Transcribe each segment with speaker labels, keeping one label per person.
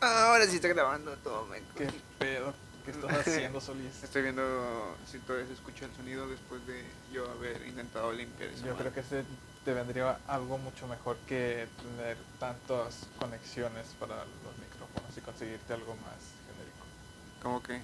Speaker 1: Ahora sí está grabando todo, men.
Speaker 2: ¿Qué pedo? ¿Qué estás haciendo, Solís?
Speaker 1: Estoy viendo si todavía se escucha el sonido después de yo haber intentado limpiar eso.
Speaker 2: Yo creo que se te vendría algo mucho mejor que tener tantas conexiones para los micrófonos y conseguirte algo más genérico.
Speaker 1: ¿Cómo que?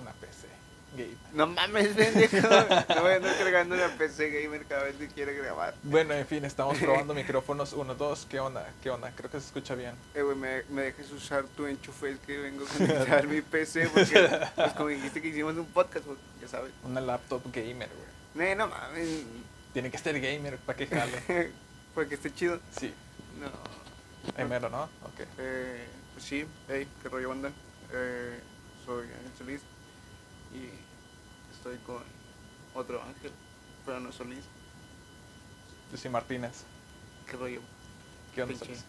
Speaker 2: Una PC. Gabe.
Speaker 1: No mames, pendejo. No voy a andar cargando una PC gamer cada vez que quiera grabar.
Speaker 2: Bueno, en fin, estamos probando micrófonos 1, 2. ¿Qué onda? ¿Qué onda? Creo que se escucha bien.
Speaker 1: Eh, güey, me, me dejes usar tu enchufe que vengo a conectar mi PC porque, pues, como dijiste que hicimos un podcast, pues, ya sabes.
Speaker 2: Una laptop gamer, güey.
Speaker 1: No, no mames.
Speaker 2: Tiene que ser gamer para que jale.
Speaker 1: porque esté chido.
Speaker 2: Sí,
Speaker 1: No.
Speaker 2: ahí mero, ¿no? Ok.
Speaker 1: Eh, pues sí, hey, qué rollo banda. Eh, soy Ángel Solís y estoy con otro Ángel, pero no es Solís.
Speaker 2: Yo soy Martínez.
Speaker 1: Qué rollo.
Speaker 2: ¿Qué onda,
Speaker 1: pinche
Speaker 2: Solís?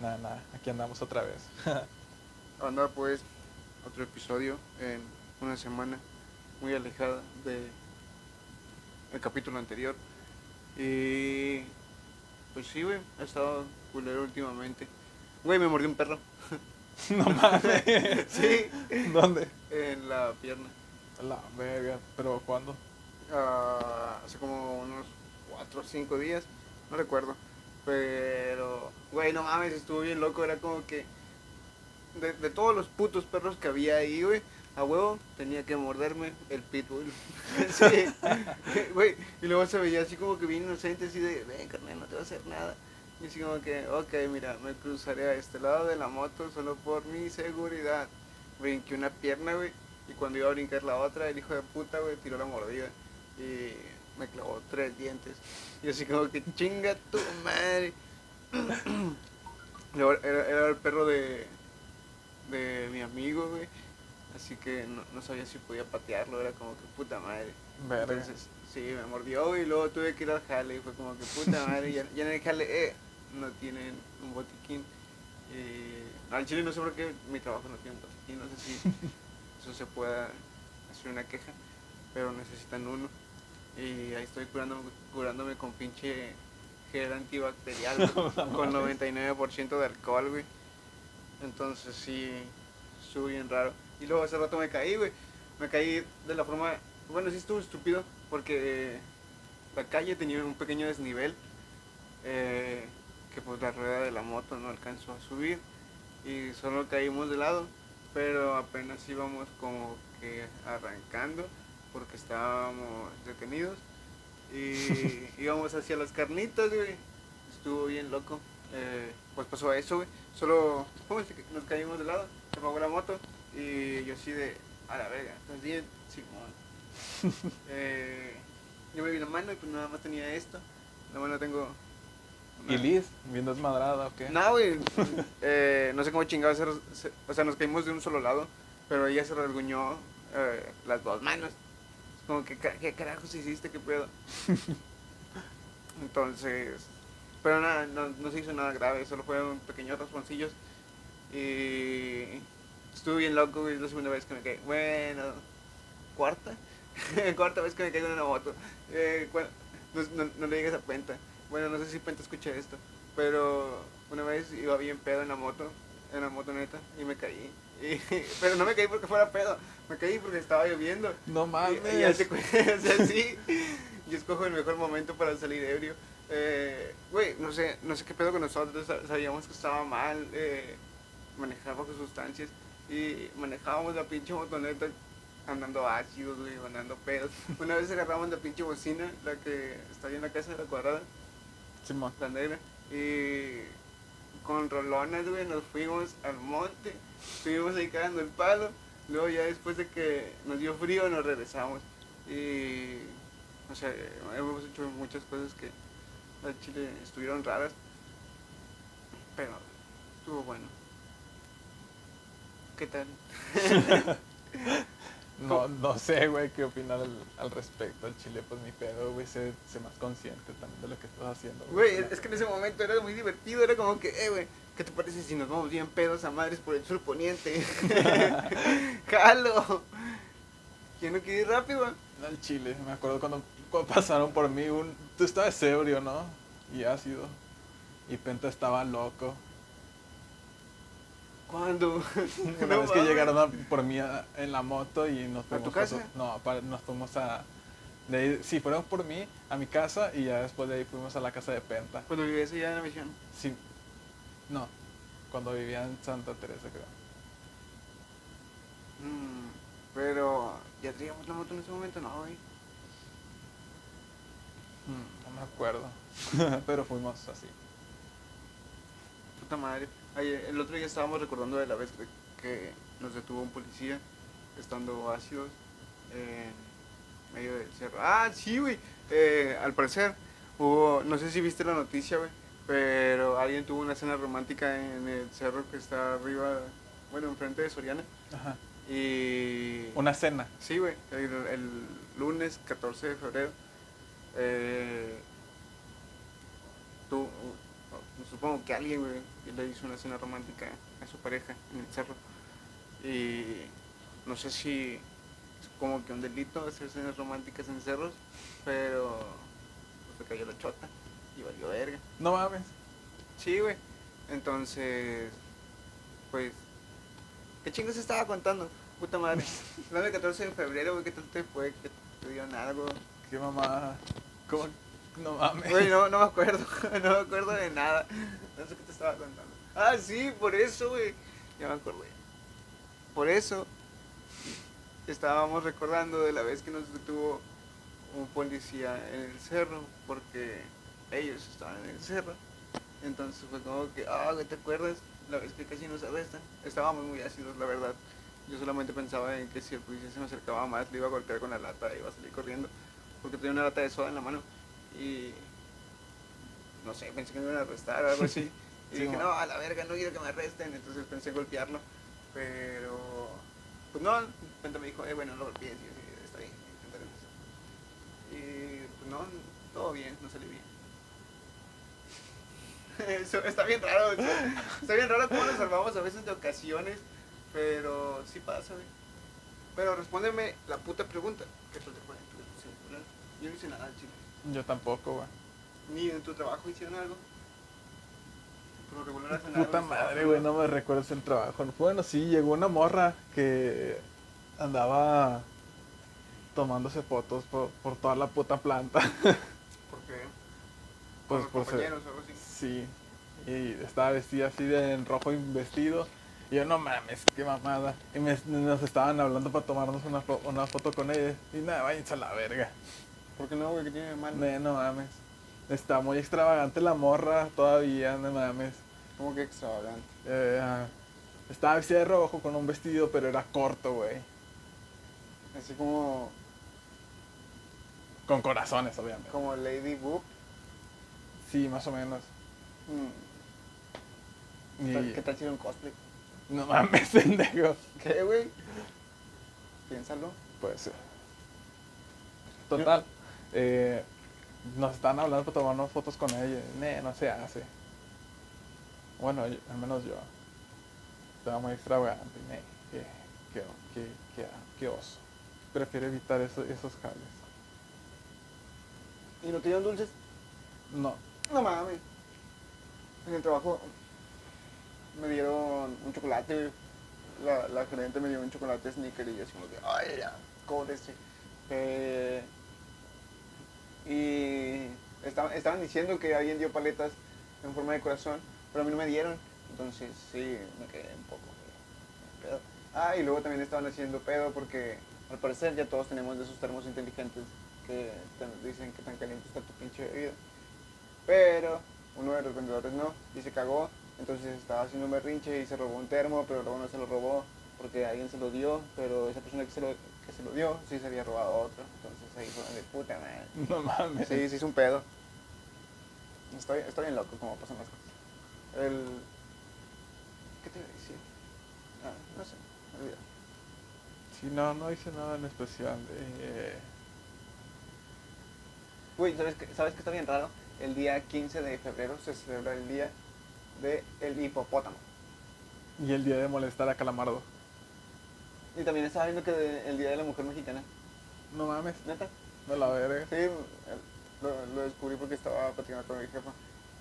Speaker 2: Nada, nada. Aquí andamos otra vez.
Speaker 1: Anda pues otro episodio en una semana muy alejada de el capítulo anterior. Y pues sí, güey, ha estado culero últimamente. Güey, me mordió un perro.
Speaker 2: no mames.
Speaker 1: Sí.
Speaker 2: ¿Dónde?
Speaker 1: En la pierna.
Speaker 2: La verga. ¿Pero cuándo?
Speaker 1: Ah, hace como unos 4 o 5 días, no recuerdo. Pero, güey, no mames, estuvo bien loco. Era como que de, de todos los putos perros que había ahí, güey, a huevo tenía que morderme el pitbull. sí, güey. Y luego se veía así como que bien inocente, así de, ven, carnal, no te va a hacer nada. Y así como que, ok, mira, me cruzaré a este lado de la moto solo por mi seguridad. Brinqué una pierna, güey. Y cuando iba a brincar la otra, el hijo de puta, güey, tiró la mordida. Y me clavó tres dientes. Y así como que, chinga tu madre. Luego Era, era el perro de, de mi amigo, güey. Así que no, no sabía si podía patearlo, era como que puta madre.
Speaker 2: Verga.
Speaker 1: Entonces, sí, me mordió güey, y luego tuve que ir al jale y fue como que puta madre, ya, ya en el jale, eh, no tienen un botiquín. Y al chile no sé por qué mi trabajo no tiene un botiquín, no sé si eso se pueda hacer una queja, pero necesitan uno. Y ahí estoy curándome, curándome con pinche gel antibacterial, güey,
Speaker 2: No
Speaker 1: con
Speaker 2: mames.
Speaker 1: 99% de alcohol, güey. Entonces sí, estuvo bien raro. Y luego hace rato me caí, güey. Me caí de la forma. Bueno, sí estuvo estúpido porque eh, la calle tenía un pequeño desnivel eh, que pues la rueda de la moto no alcanzó a subir y solo caímos de lado, pero apenas íbamos como que arrancando porque estábamos detenidos y íbamos hacia las carnitas, güey. Estuvo bien loco. Eh, pues pasó eso, güey. Solo pum, se- nos caímos de lado, se apagó la moto y yo así de a la verga. Entonces bien, Simón. Eh, yo me vi la mano y pues nada más tenía esto. La mano tengo.
Speaker 2: ¿Y
Speaker 1: una-
Speaker 2: Liz? Eh, ¿Bien desmadrada o qué?
Speaker 1: no, güey. Eh, no sé cómo chingados. se- se- O sea, nos caímos de un solo lado, pero ella se rasguñó eh, las dos manos. Es Como que, ca- ¿qué carajos hiciste? ¿Qué pedo? Entonces. Pero nada, no, no se hizo nada grave, solo fueron pequeños rasponcillos. Y. Estuve bien loco, güey. Es la segunda vez que me caí. Bueno, cuarta. cuarta vez que me caigo en una moto. Eh, cua- no, no- no le llegues a Penta. Bueno, no sé si Penta escucha esto. Pero una vez iba bien pedo en la moto, en la moto neta, y me caí. Y- pero no me caí porque fuera pedo, me caí porque estaba lloviendo.
Speaker 2: No mames.
Speaker 1: Y, y hace cu- o sea, sí, yo escojo el mejor momento para salir ebrio. Eh, Güey, no sé, no sé qué pedo con nosotros, sa- sabíamos que estaba mal eh, manejar bajo sustancias y manejábamos la pinche motoneta andando ácidos, güey, andando pedos. Una vez agarramos la pinche bocina, la que está ahí en la casa de la cuadrada,
Speaker 2: Simón.
Speaker 1: la negra. Y con rolonas, güey, nos fuimos al monte, estuvimos ahí cagando el palo. Luego ya después de que nos dio frío nos regresamos. Y, o sea, hemos hecho muchas cosas que al chile estuvieron raras. Pero estuvo bueno. ¿Qué tal?
Speaker 2: No, no sé, güey, qué opinar al, al respecto. Al chile, pues mi pedo, güey, sé, sé más consciente también de lo que estás haciendo.
Speaker 1: Güey, es es que en ese momento era muy divertido, era como que, eh, güey, ¿qué te parece si nos vamos bien pedos a madres por el sur poniente? ¡Jalo! ¿Quién no quiere ir rápido?
Speaker 2: Al chile, me acuerdo cuando, cuando pasaron por mí un... Tú estabas ebrio, ¿no? Y ácido. Y Penta estaba loco.
Speaker 1: ¿Cuándo?
Speaker 2: Una vez que llegaron a- por mí a- en la moto y nos fuimos.
Speaker 1: tu
Speaker 2: por-
Speaker 1: casa?
Speaker 2: no, pa- nos fuimos a. De ahí- sí, fueron por mí a mi casa y ya después de ahí fuimos a la casa de Penta.
Speaker 1: Cuando vivías allá en la misión.
Speaker 2: Sí. No, cuando vivía en Santa Teresa, creo.
Speaker 1: Mm, pero, ¿ya traíamos la moto en ese momento? No, güey.
Speaker 2: Mm,
Speaker 1: Hmm.
Speaker 2: no me acuerdo. Pero fuimos así.
Speaker 1: Puta madre. Oye, el otro día estábamos recordando de la vez que- que nos detuvo un policía estando ácidos en medio del cerro. Ah, sí, güey. Eh, al parecer hubo, no sé si viste la noticia, güey, pero alguien tuvo una escena romántica en el cerro que está arriba, bueno, enfrente de Soriana.
Speaker 2: Ajá.
Speaker 1: Y...
Speaker 2: Una cena.
Speaker 1: Sí, güey, el, el lunes 14 de febrero. eh, tú, uh, supongo que alguien, güey, le hizo una cena romántica a su pareja en el cerro. Y no sé si es como que un delito hacer cenas románticas en cerros, pero pues, le cayó la chota y valió verga.
Speaker 2: No mames.
Speaker 1: Sí, güey. Entonces, pues, ¿qué chingos estaba contando? Puta madre. El 14 de febrero, güey, ¿qué tal te fue? ¿Qué te dieron algo?
Speaker 2: Qué mamá. ¿Cómo? No mames.
Speaker 1: Güey, no, no me acuerdo. No me acuerdo de nada. No sé qué te estaba contando. Ah, sí, por eso, güey. Ya me acordé. Por eso estábamos recordando de la vez que nos detuvo un policía en el cerro, porque ellos estaban en el cerro. Entonces fue como que, ah, güey, ¿te acuerdas? La vez que casi nos arrestan. Estábamos muy ácidos, la verdad. Yo solamente pensaba en que si el policía se nos acercaba más, le iba a golpear con la lata, iba a salir corriendo, porque tenía una lata de soda en la mano. Y no sé, pensé que me iban a arrestar o algo así. Y
Speaker 2: Sí,
Speaker 1: dije,
Speaker 2: mo-
Speaker 1: no, a la verga, no quiero que me arresten. Entonces pensé en golpearlo. Pero, pues no, Penta me dijo, eh, bueno, no lo golpees. Y yo, sí, está bien, intentaremos. Y pues no, todo bien, no salió bien. Eso está bien raro, o sea, está bien raro cómo nos salvamos a veces de ocasiones, pero sí pasa, güey. Pero respóndeme la puta pregunta. ¿Qué tal te fue en tu celular? Yo no hice nada, chico.
Speaker 2: Yo tampoco, güey.
Speaker 1: Ni en tu trabajo hicieron algo. Por lo regular hacen algo.
Speaker 2: Puta
Speaker 1: en su trabajo,
Speaker 2: madre, güey, no me recuerdas el trabajo. Bueno, sí, llegó una morra que andaba tomándose fotos por, por toda la puta planta.
Speaker 1: Porque con
Speaker 2: Pues
Speaker 1: los
Speaker 2: por ser-
Speaker 1: compañeros o algo así.
Speaker 2: Sí. Y estaba vestida así de en rojo y vestido. Y yo, no mames, qué mamada. Y me- nos estaban hablando para tomarnos una, fo- una foto con ella. Y nada, váyanse a la verga.
Speaker 1: Porque no, güey, que tiene de malo.
Speaker 2: Ne, no mames. Está muy extravagante la morra todavía, no mames.
Speaker 1: Como que extravagante.
Speaker 2: Eh, ah, estaba vestida de rojo con un vestido, pero era corto, güey.
Speaker 1: Así como,
Speaker 2: Con corazones, obviamente.
Speaker 1: como Lady Boop.
Speaker 2: Sí, más o menos. Y-
Speaker 1: ¿Qué mm, tal si era un cosplay?
Speaker 2: No mames, pendejo.
Speaker 1: ¿Qué, güey? Piénsalo.
Speaker 2: Puede ser. Total. eh, nos están hablando para tomarnos fotos con ella. Ne, no se hace. Bueno, yo- al menos yo. Estaba muy extravagante. Ne, qué, qué, qué, qué- qué oso. Prefiero evitar eso- esos jales.
Speaker 1: ¿Y no te dieron dulces?
Speaker 2: No.
Speaker 1: No mames. En el trabajo me dieron un chocolate, güey. La, la gerente me dio un chocolate sneaker y yo así como que, ay, ya, cóbrese. Eh, y estaban, estaban diciendo que alguien dio paletas en forma de corazón, pero a mí no me dieron. Entonces sí, me quedé un poco eh, pedo. Ah, y luego también estaban haciendo pedo porque al parecer ya todos tenemos de esos termos inteligentes que te dicen que tan caliente está tu pinche bebida pero uno de los vendedores no y se cagó entonces estaba haciendo un berrinche y se robó un termo pero luego no se lo robó porque alguien se lo dio pero esa persona que se lo, que se lo dio sí se había robado otro entonces ahí fue donde puta madre
Speaker 2: No mames.
Speaker 1: sí sí es un pedo estoy, estoy bien loco como pasan las cosas el qué te iba a decir ah, no sé me olvidé.
Speaker 2: Sí, no, no hice nada en especial. eh,
Speaker 1: Güey, ¿sabes qué, ¿sabes qué está bien raro? El día 15 de febrero se celebra el día del el hipopótamo.
Speaker 2: y el día de molestar a Calamardo.
Speaker 1: Y también estaba viendo que de- el Día de la Mujer Mexicana.
Speaker 2: No mames.
Speaker 1: ¿Neta?
Speaker 2: No la verga.
Speaker 1: Sí, el- lo, lo descubrí porque estaba platicando con mi jefa.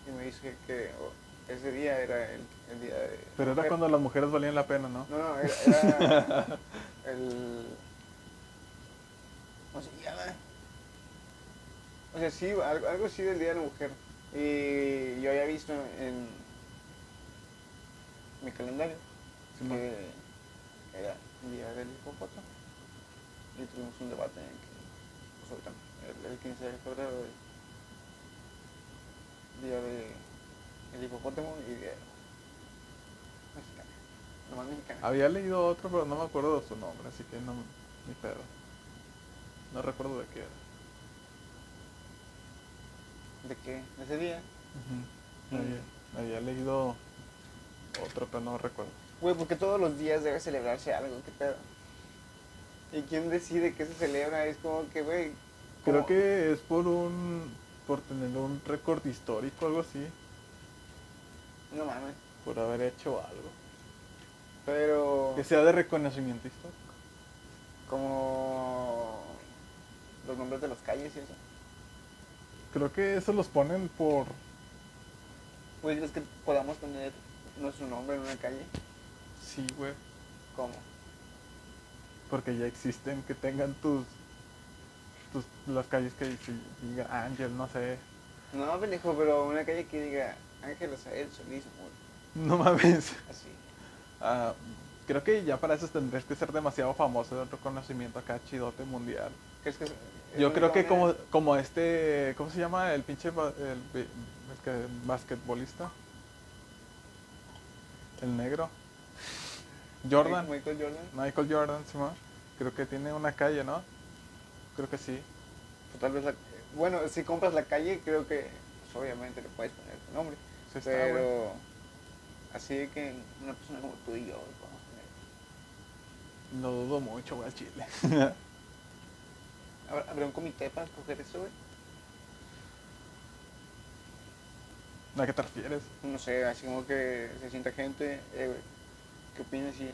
Speaker 1: y me dice que oh, ese día era el, el día de...
Speaker 2: Pero era cuando las mujeres valían la pena, ¿no?
Speaker 1: No, no, era, era el... ¿Cómo se llama? O sea, sí, algo, algo así del Día de la Mujer. Y yo había visto en mi calendario
Speaker 2: Simón.
Speaker 1: que era el Día del Hipopoto. Y tuvimos un debate en que, pues, ahorita, el, el 15 de febrero, el Día del Hipopótamo y Día Mexicana. Nomás mexicana.
Speaker 2: Había leído otro, pero no me acuerdo de su nombre, así que no, ni pedo. No recuerdo de qué era.
Speaker 1: ¿De qué? ¿De ese día?
Speaker 2: Ujú.
Speaker 1: Mm.
Speaker 2: había, había leído otro, pero no recuerdo.
Speaker 1: Güey, porque todos los días debe celebrarse algo, qué pedo. ¿Y quién decide qué se celebra? Es como que, güey.
Speaker 2: Creo
Speaker 1: como-
Speaker 2: que es por un, por tener un récord histórico, algo así,
Speaker 1: No mames.
Speaker 2: por haber hecho algo.
Speaker 1: Pero.
Speaker 2: Que sea de reconocimiento histórico.
Speaker 1: Como. Los nombres de las calles y eso.
Speaker 2: Creo que eso los ponen por,
Speaker 1: Güey, ¿crees que podamos poner nuestro nombre en una calle?
Speaker 2: sí, güey,
Speaker 1: ¿Cómo?
Speaker 2: porque ya existen que tengan tus, tus las calles que dice- diga Ángel, no sé,
Speaker 1: No, pendejo, pero una calle que diga Ángel Azael Solís Moore",
Speaker 2: no mames.
Speaker 1: Así.
Speaker 2: Ah, creo que ya para eso tendrías que ser demasiado famoso, de un reconocimiento acá chidote mundial.
Speaker 1: ¿Crees que es-
Speaker 2: Yo
Speaker 1: es
Speaker 2: creo
Speaker 1: la
Speaker 2: que
Speaker 1: manera?
Speaker 2: como, como este, ¿cómo se llama? El pinche ba- el, bi- el que- basquetbolista. El negro. Jordan.
Speaker 1: Michael Jordan.
Speaker 2: Michael Jordan, sí, ma. Creo que tiene una calle, ¿no? Creo que sí.
Speaker 1: Pues, tal vez la- Bueno, si compras la calle, creo que pues, obviamente le puedes poner tu nombre.
Speaker 2: Sí está, güey.
Speaker 1: pero así de que una persona como tú y yo güey, podemos poner.
Speaker 2: Lo dudo mucho, güey, al chile.
Speaker 1: ¿Habrá, habrá un comité para escoger eso, güey?
Speaker 2: ¿A qué te refieres?
Speaker 1: No sé, así como que se sienta gente. Eh, güey, ¿Qué opinas si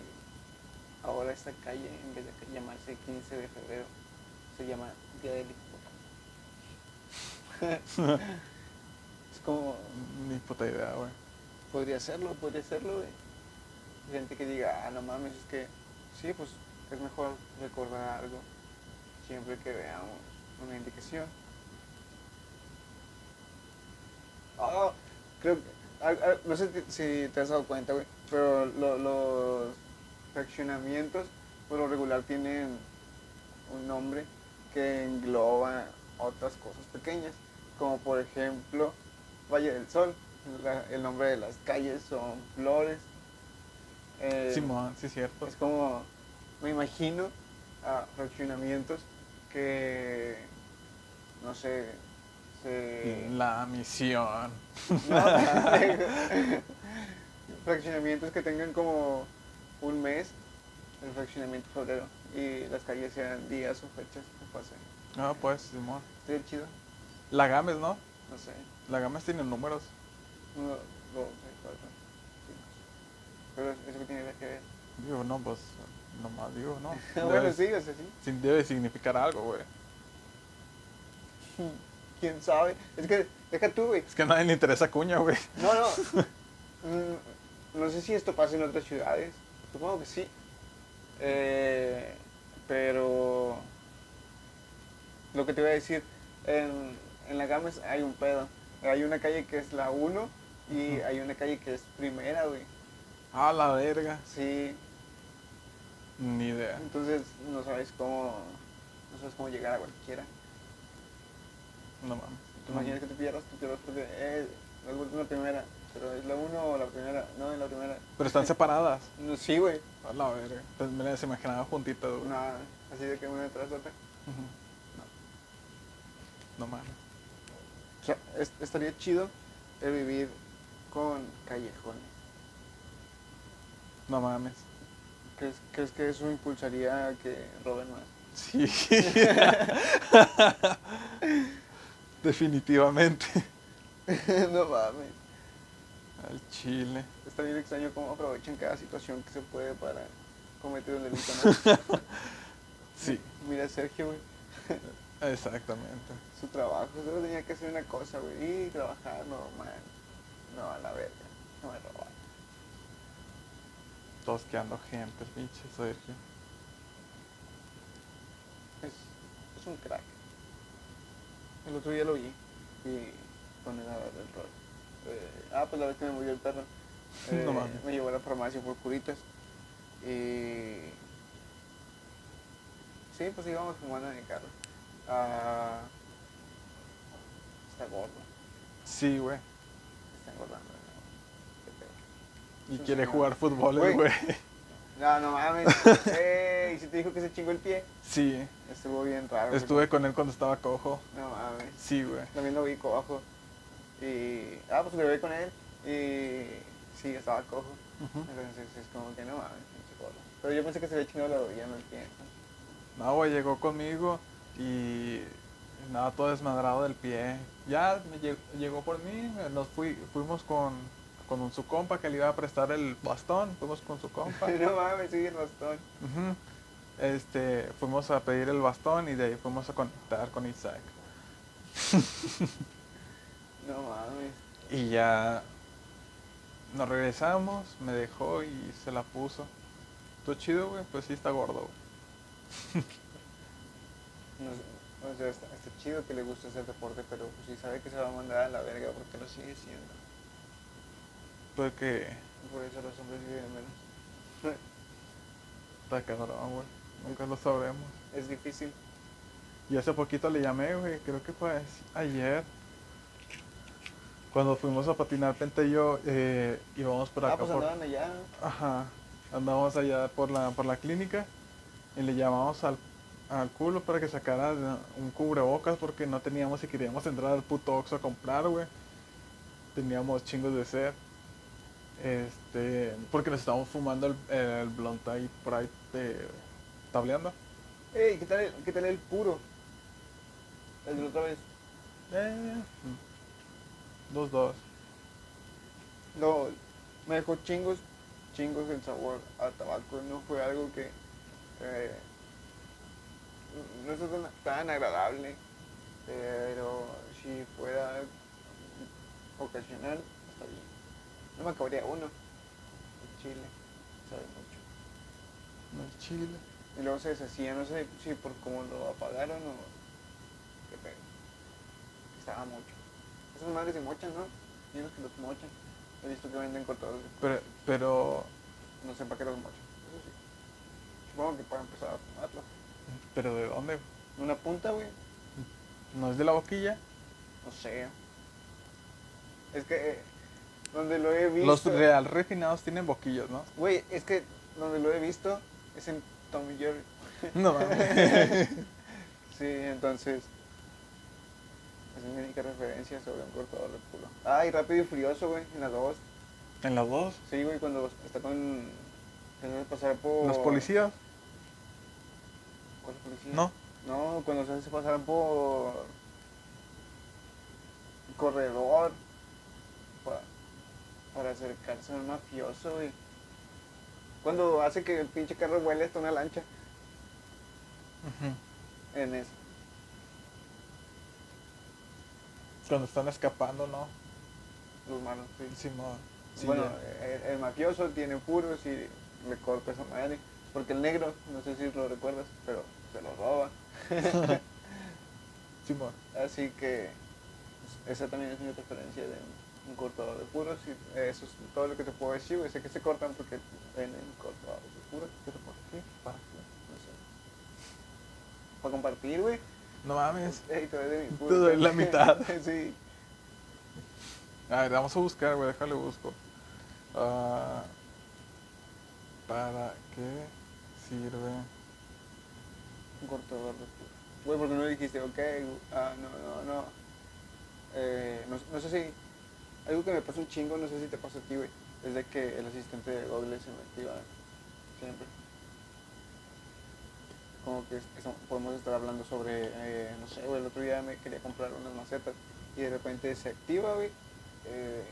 Speaker 1: ahora esta calle, en vez de llamarse 15 de febrero, se llama Día del Hipopótamo? es como,
Speaker 2: Ni puta idea, güey.
Speaker 1: podría serlo, podría serlo, güey. Gente que diga, ah, no mames, es que sí, pues es mejor recordar algo siempre que veamos una indicación. Ah, creo que, ah, ah, no sé ti- si te has dado cuenta, güey, pero lo- los fraccionamientos por lo regular tienen un nombre que engloba otras cosas pequeñas, como por ejemplo Valle del Sol, la- el nombre de las calles son flores. eh,
Speaker 2: Simón, sí, es cierto.
Speaker 1: es como, me imagino a fraccionamientos que, no sé, se...
Speaker 2: La misión.
Speaker 1: No, pendejo. fraccionamientos que tengan como un mes, el fraccionamiento febrero, y las calles sean días o fechas que pasen.
Speaker 2: Ah, pues, Simón.
Speaker 1: Estaría chido,
Speaker 2: La Games, ¿no?
Speaker 1: no sé,
Speaker 2: La Games tiene números.
Speaker 1: uno, dos, tres, cuatro, cinco. Pero eso tiene que ver.
Speaker 2: Digo, no, pues, nomás digo, no.
Speaker 1: bueno,
Speaker 2: Debe-
Speaker 1: sí, o sea, sí.
Speaker 2: sí, Debe significar algo, güey.
Speaker 1: ¿Quién sabe? Es que, deja tú, güey.
Speaker 2: Es que a nadie le interesa cuña, güey.
Speaker 1: No, no. Mm, No sé si esto pasa en otras ciudades. Supongo que sí. Eh, pero lo que te voy a decir, en, en la Gámez hay un pedo. Hay una calle que es la 1 y
Speaker 2: Ujú.
Speaker 1: hay una calle que es primera, güey.
Speaker 2: A la verga.
Speaker 1: Sí.
Speaker 2: Ni idea.
Speaker 1: Entonces no sabes cómo. No sabes cómo llegar a cualquiera.
Speaker 2: No mames.
Speaker 1: Te imaginas que te pierdas, te pierdas porque eh, me gusta una primera. Pero es la 1 o la primera. No, es la primera.
Speaker 2: Pero están separadas.
Speaker 1: No, sí, güey.
Speaker 2: A la verga. Pues me las imaginaba juntitas, güey.
Speaker 1: No, así de que una detrás de otra.
Speaker 2: Ujú. No. No mames.
Speaker 1: O sea, es- estaría chido el vivir con callejones.
Speaker 2: No mames.
Speaker 1: ¿Crees, crees que eso impulsaría a que roben más?
Speaker 2: Sí. Definitivamente.
Speaker 1: no mames.
Speaker 2: Al chile.
Speaker 1: Está bien extraño cómo aprovechan cada situación que se puede para cometer un delito. ¿no?
Speaker 2: Sí,
Speaker 1: Mira a Sergio, güey.
Speaker 2: exactamente.
Speaker 1: Su trabajo. Solo tenía que hacer una cosa, güey. Y trabajar normal.
Speaker 2: No, a la verga. No me robaron. Tosqueando gente, el pinche Sergio.
Speaker 1: Es, es un crack. El otro día lo vi y pues, con el del rol. Eh, ah, pues la vez que me murió el perro. eh,
Speaker 2: No mames.
Speaker 1: Me llevó a la farmacia por curitas. Y... Sí, pues íbamos fumando en el carro. Ah, está gordo.
Speaker 2: Sí, güey.
Speaker 1: Está engordando. ¿no? Qué pedo.
Speaker 2: Y
Speaker 1: Sí,
Speaker 2: quiere
Speaker 1: señor.
Speaker 2: jugar fútbol, el
Speaker 1: Güey.
Speaker 2: güey.
Speaker 1: No, no mames. Ey, ¿Y si te dijo que se chingó el pie?
Speaker 2: Sí.
Speaker 1: Estuvo bien raro. güey.
Speaker 2: Estuve con él cuando estaba cojo.
Speaker 1: No mames.
Speaker 2: Sí, güey.
Speaker 1: También lo vi cojo. Y. Ah, pues grabé con él. Y. Sí, estaba cojo.
Speaker 2: Ujú.
Speaker 1: Entonces es como que no mames, pinche gordo. Pero yo pensé que se había chingado la rodilla, no entiendo.
Speaker 2: No, güey, llegó conmigo y nada, todo desmadrado del pie. Ya me lle- llegó por mí, nos fui, fuimos con, con un, su compa que le iba a prestar el bastón, fuimos con su compa.
Speaker 1: no mames, sí, rastón.
Speaker 2: Ujú. Este, fuimos a pedir el bastón y de ahí fuimos a conectar con Isaac.
Speaker 1: No mames.
Speaker 2: Y ya nos regresamos, me dejó y se la puso. ¿Tú chido, güey? Pues sí, está gordo, güey.
Speaker 1: No sé, o sea, está, está chido que le guste hacer deporte, pero pues, si sabe que se va a mandar a la verga, porque lo sigue siendo?
Speaker 2: Porque
Speaker 1: Por eso los hombres viven menos.
Speaker 2: está cabrón, güey. Nunca lo sabremos.
Speaker 1: es difícil.
Speaker 2: Y hace poquito le llamé, güey, creo que fue ayer. Cuando fuimos a patinar, Pente y yo, eh, íbamos por acá.
Speaker 1: ah, pues
Speaker 2: por-
Speaker 1: andaban allá. ¿no?
Speaker 2: Ajá. Andábamos allá por la, por la clínica y le llamamos al, al culo para que sacara de- un cubrebocas porque no teníamos y queríamos entrar al puto Oxxo a comprar, güey. Teníamos chingos de sed. Este, porque nos estábamos fumando el, el blunt ahí por ahí eh, tableando.
Speaker 1: Ey, ¿qué tal, el, ¿qué tal el puro? El de la otra vez.
Speaker 2: Eh, dos, dos.
Speaker 1: No, me dejó chingos, chingos el sabor a tabaco. No fue algo que eh, no es tan, tan agradable, pero si fuera ocasional, está bien. No me acabaría uno. El chile, sabe mucho.
Speaker 2: No es chile.
Speaker 1: Y luego se deshacía, no sé si por cómo lo apagaron o qué pedo. Estaba mucho. Esas madres se mochan, ¿no? Hay unos que los mochan. He visto que venden cortadores de
Speaker 2: Pero, pero,
Speaker 1: no sé para qué los mochos. Eso sí. Supongo que para empezar a fumarlo.
Speaker 2: pero ¿de dónde?
Speaker 1: Una punta, güey.
Speaker 2: ¿No es de la boquilla?
Speaker 1: No sé. Es que eh, donde lo he visto.
Speaker 2: Los real refinados tienen boquillos, ¿no?
Speaker 1: Güey, es que donde lo he visto es en Tom y Jerry.
Speaker 2: No mames.
Speaker 1: Sí, entonces. Esa es mi única referencia sobre un cortador de culo. Ay, rápido y furioso, güey, en las dos.
Speaker 2: ¿En las dos?
Speaker 1: Sí, güey, cuando está con. Teniendo que pasar por.
Speaker 2: ¿Los policías?
Speaker 1: ¿Cuál policía?
Speaker 2: No.
Speaker 1: No, cuando se hace pasar por corredor pa- para acercarse a un mafioso y cuando hace que el pinche carro vuele hasta una lancha
Speaker 2: Ujú.
Speaker 1: en eso.
Speaker 2: Cuando están escapando, ¿no?
Speaker 1: Los humanos, sí.
Speaker 2: Simón. eh, Sí,
Speaker 1: bueno,
Speaker 2: ya.
Speaker 1: el, el mafioso tiene puros y le corta esa madre. Porque el negro, no sé si lo recuerdas, pero se lo roba.
Speaker 2: Simón.
Speaker 1: Así que pues, esa también es mi referencia de un- un cortador de puros y eso es todo lo que te puedo decir, güey. Sé que se cortan porque venden cortadores de puros, pero ¿por qué?
Speaker 2: ¿Para qué?
Speaker 1: No sé. Para compartir, güey.
Speaker 2: No mames.
Speaker 1: Ey, te doy de mi
Speaker 2: Te
Speaker 1: puro.
Speaker 2: doy la mitad.
Speaker 1: sí.
Speaker 2: A ver, vamos a buscar, güey. Déjale busco. Ah, ¿Para qué sirve?
Speaker 1: Un cortador de puros. Güey, porque no dijiste, ok, güey. ah, no, no, no. Eh, no, no sé si... Algo que me pasa un chingo, no sé si te pasa a ti, güey. Es de que el asistente de Google se me activa siempre. como que es- eso- podemos estar hablando sobre, eh, no sé, güey, el otro día me quería comprar unas macetas y de repente se activa, güey, eh,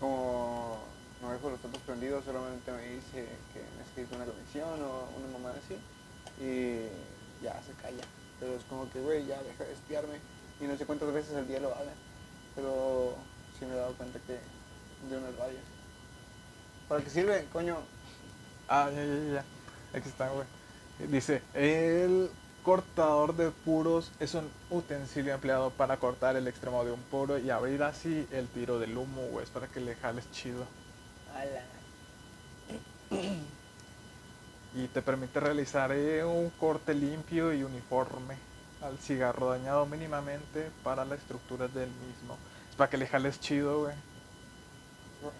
Speaker 1: como no dejo los datos prendidos, solamente me dice que necesito una conexión o una mamada así y ya se calla, pero es como que, güey, ya deja de espiarme y no sé cuántas veces al día lo haga, pero sí me he dado cuenta que de una radio. ¿Para qué sirve, coño?
Speaker 2: Ah, ya, ya, ya, ya. Aquí está, güey. Dice, el cortador de puros es un utensilio empleado para cortar el extremo de un puro y abrir así el tiro del humo, güey. Es para que le jales chido.
Speaker 1: Ala.
Speaker 2: Y te permite realizar eh, un corte limpio y uniforme al cigarro dañado mínimamente para la estructura del mismo. Es para que le jales chido, güey.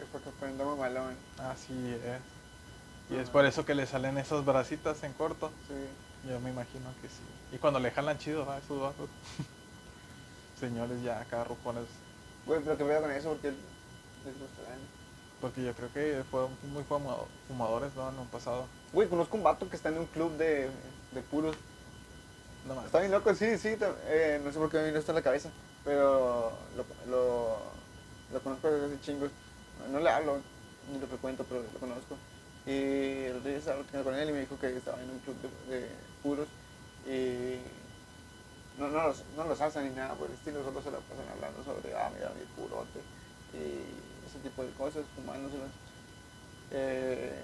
Speaker 1: Es porque prendamos balón.
Speaker 2: Así es. Y es
Speaker 1: Ah.
Speaker 2: por eso que le salen esas bracitas en corto.
Speaker 1: Sí.
Speaker 2: Yo me imagino que sí. Y cuando le jalan chido a esos vasos. Señores, ya acá rujones.
Speaker 1: Güey, pero que vea con eso porque les gustarán.
Speaker 2: Porque yo creo que fueron muy fumado- fumadores, ¿no? En un pasado.
Speaker 1: Güey, conozco un vato que está en un club de, de puros.
Speaker 2: No más.
Speaker 1: Está bien loco, sí, sí. tam- eh, no sé por qué me vino esto en la cabeza. Pero lo, lo, lo conozco desde hace chingos. No le hablo, ni lo frecuento, pero lo conozco. Y el otro día estaba platicando con él y me dijo que estaba en un club de, de puros. Y no, no, los, no los hacen ni nada por el estilo, solo se la pasan hablando sobre, ah, mira, mi purote. Y ese tipo de cosas, fumándoselas. Eh,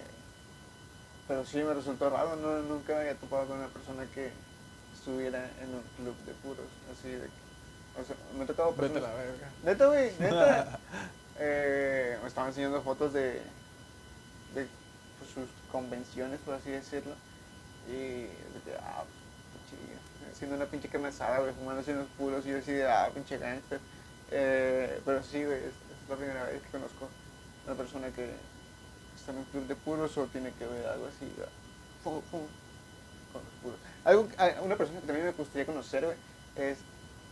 Speaker 1: pero sí me resultó raro, no, nunca me había topado con una persona que estuviera en un club de puros, así de que- o sea, me ha tocado
Speaker 2: Vete a
Speaker 1: personas,
Speaker 2: la verga.
Speaker 1: neta güey, neta, Eh, me estaban enseñando fotos de, de pues, sus convenciones, por así decirlo, y de que, ah, pues, qué chido, haciendo una pinche carne asada, güey, fumándose unos puros, y yo así de, ah, pinche gangster, Eh, pero sí, güey, es, es la primera vez que conozco una persona que está en un club de puros o tiene que ver algo así, ah, fu- fu- con los puros. Algo, a- una persona que también me gustaría conocer, güey, es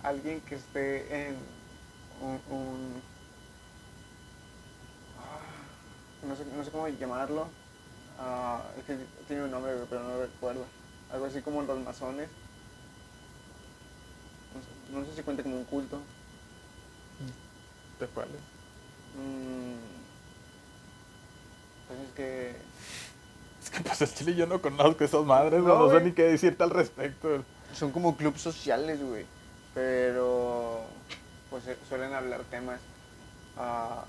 Speaker 1: alguien que esté en un... un- ah, no, sé, no sé cómo llamarlo. Ah, es que tiene un nombre, güey, pero no lo recuerdo. Algo así como los masones. No sé, no sé si cuenta como un culto.
Speaker 2: ¿Te cuál
Speaker 1: Mm, pues es que...
Speaker 2: Es que pues el chile yo no conozco esas madres,
Speaker 1: No,
Speaker 2: no, no sé
Speaker 1: güey.
Speaker 2: ni qué decirte al respecto.
Speaker 1: Son como clubes sociales, güey. Pero... Pues eh, suelen hablar temas... ah,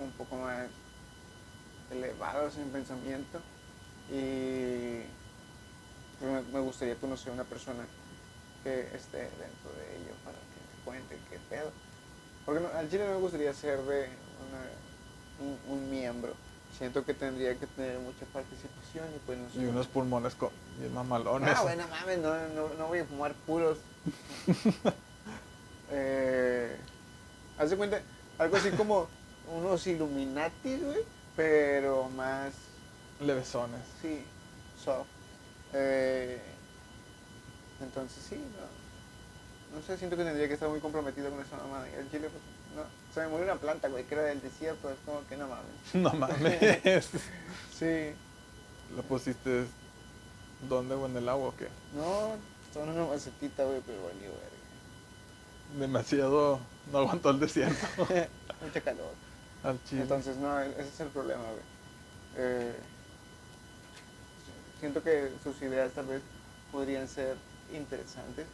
Speaker 1: un poco más elevados en pensamiento y pues, me, me gustaría conocer una persona que esté dentro de ello para que me cuente qué pedo. Porque no- al chile no me gustaría ser de una- un, un miembro. Siento que tendría que tener mucha participación y pues no sé.
Speaker 2: Y unos pulmones con bien mamalones.
Speaker 1: Ah, bueno, mames, no, no, no voy a fumar puros. eh, Haz de cuenta, algo así como unos Illuminati, güey, pero más,
Speaker 2: Levesones.
Speaker 1: sí, soft. Eh, entonces, sí, no, no sé, siento que tendría que estar muy comprometido con esa mamada. Y el chile, pues, no, se me murió una planta, güey, que era del desierto, es como que no mames.
Speaker 2: No mames.
Speaker 1: Sí,
Speaker 2: ¿Lo pusiste dónde o en el agua o qué?
Speaker 1: no, son una macetita, güey, pero valió, verga.
Speaker 2: Demasiado. No aguantó el desierto.
Speaker 1: Mucha calor.
Speaker 2: al chile.
Speaker 1: Entonces, no, e- ese es el problema, güey. Eh, siento que sus ideas tal vez podrían ser interesantes,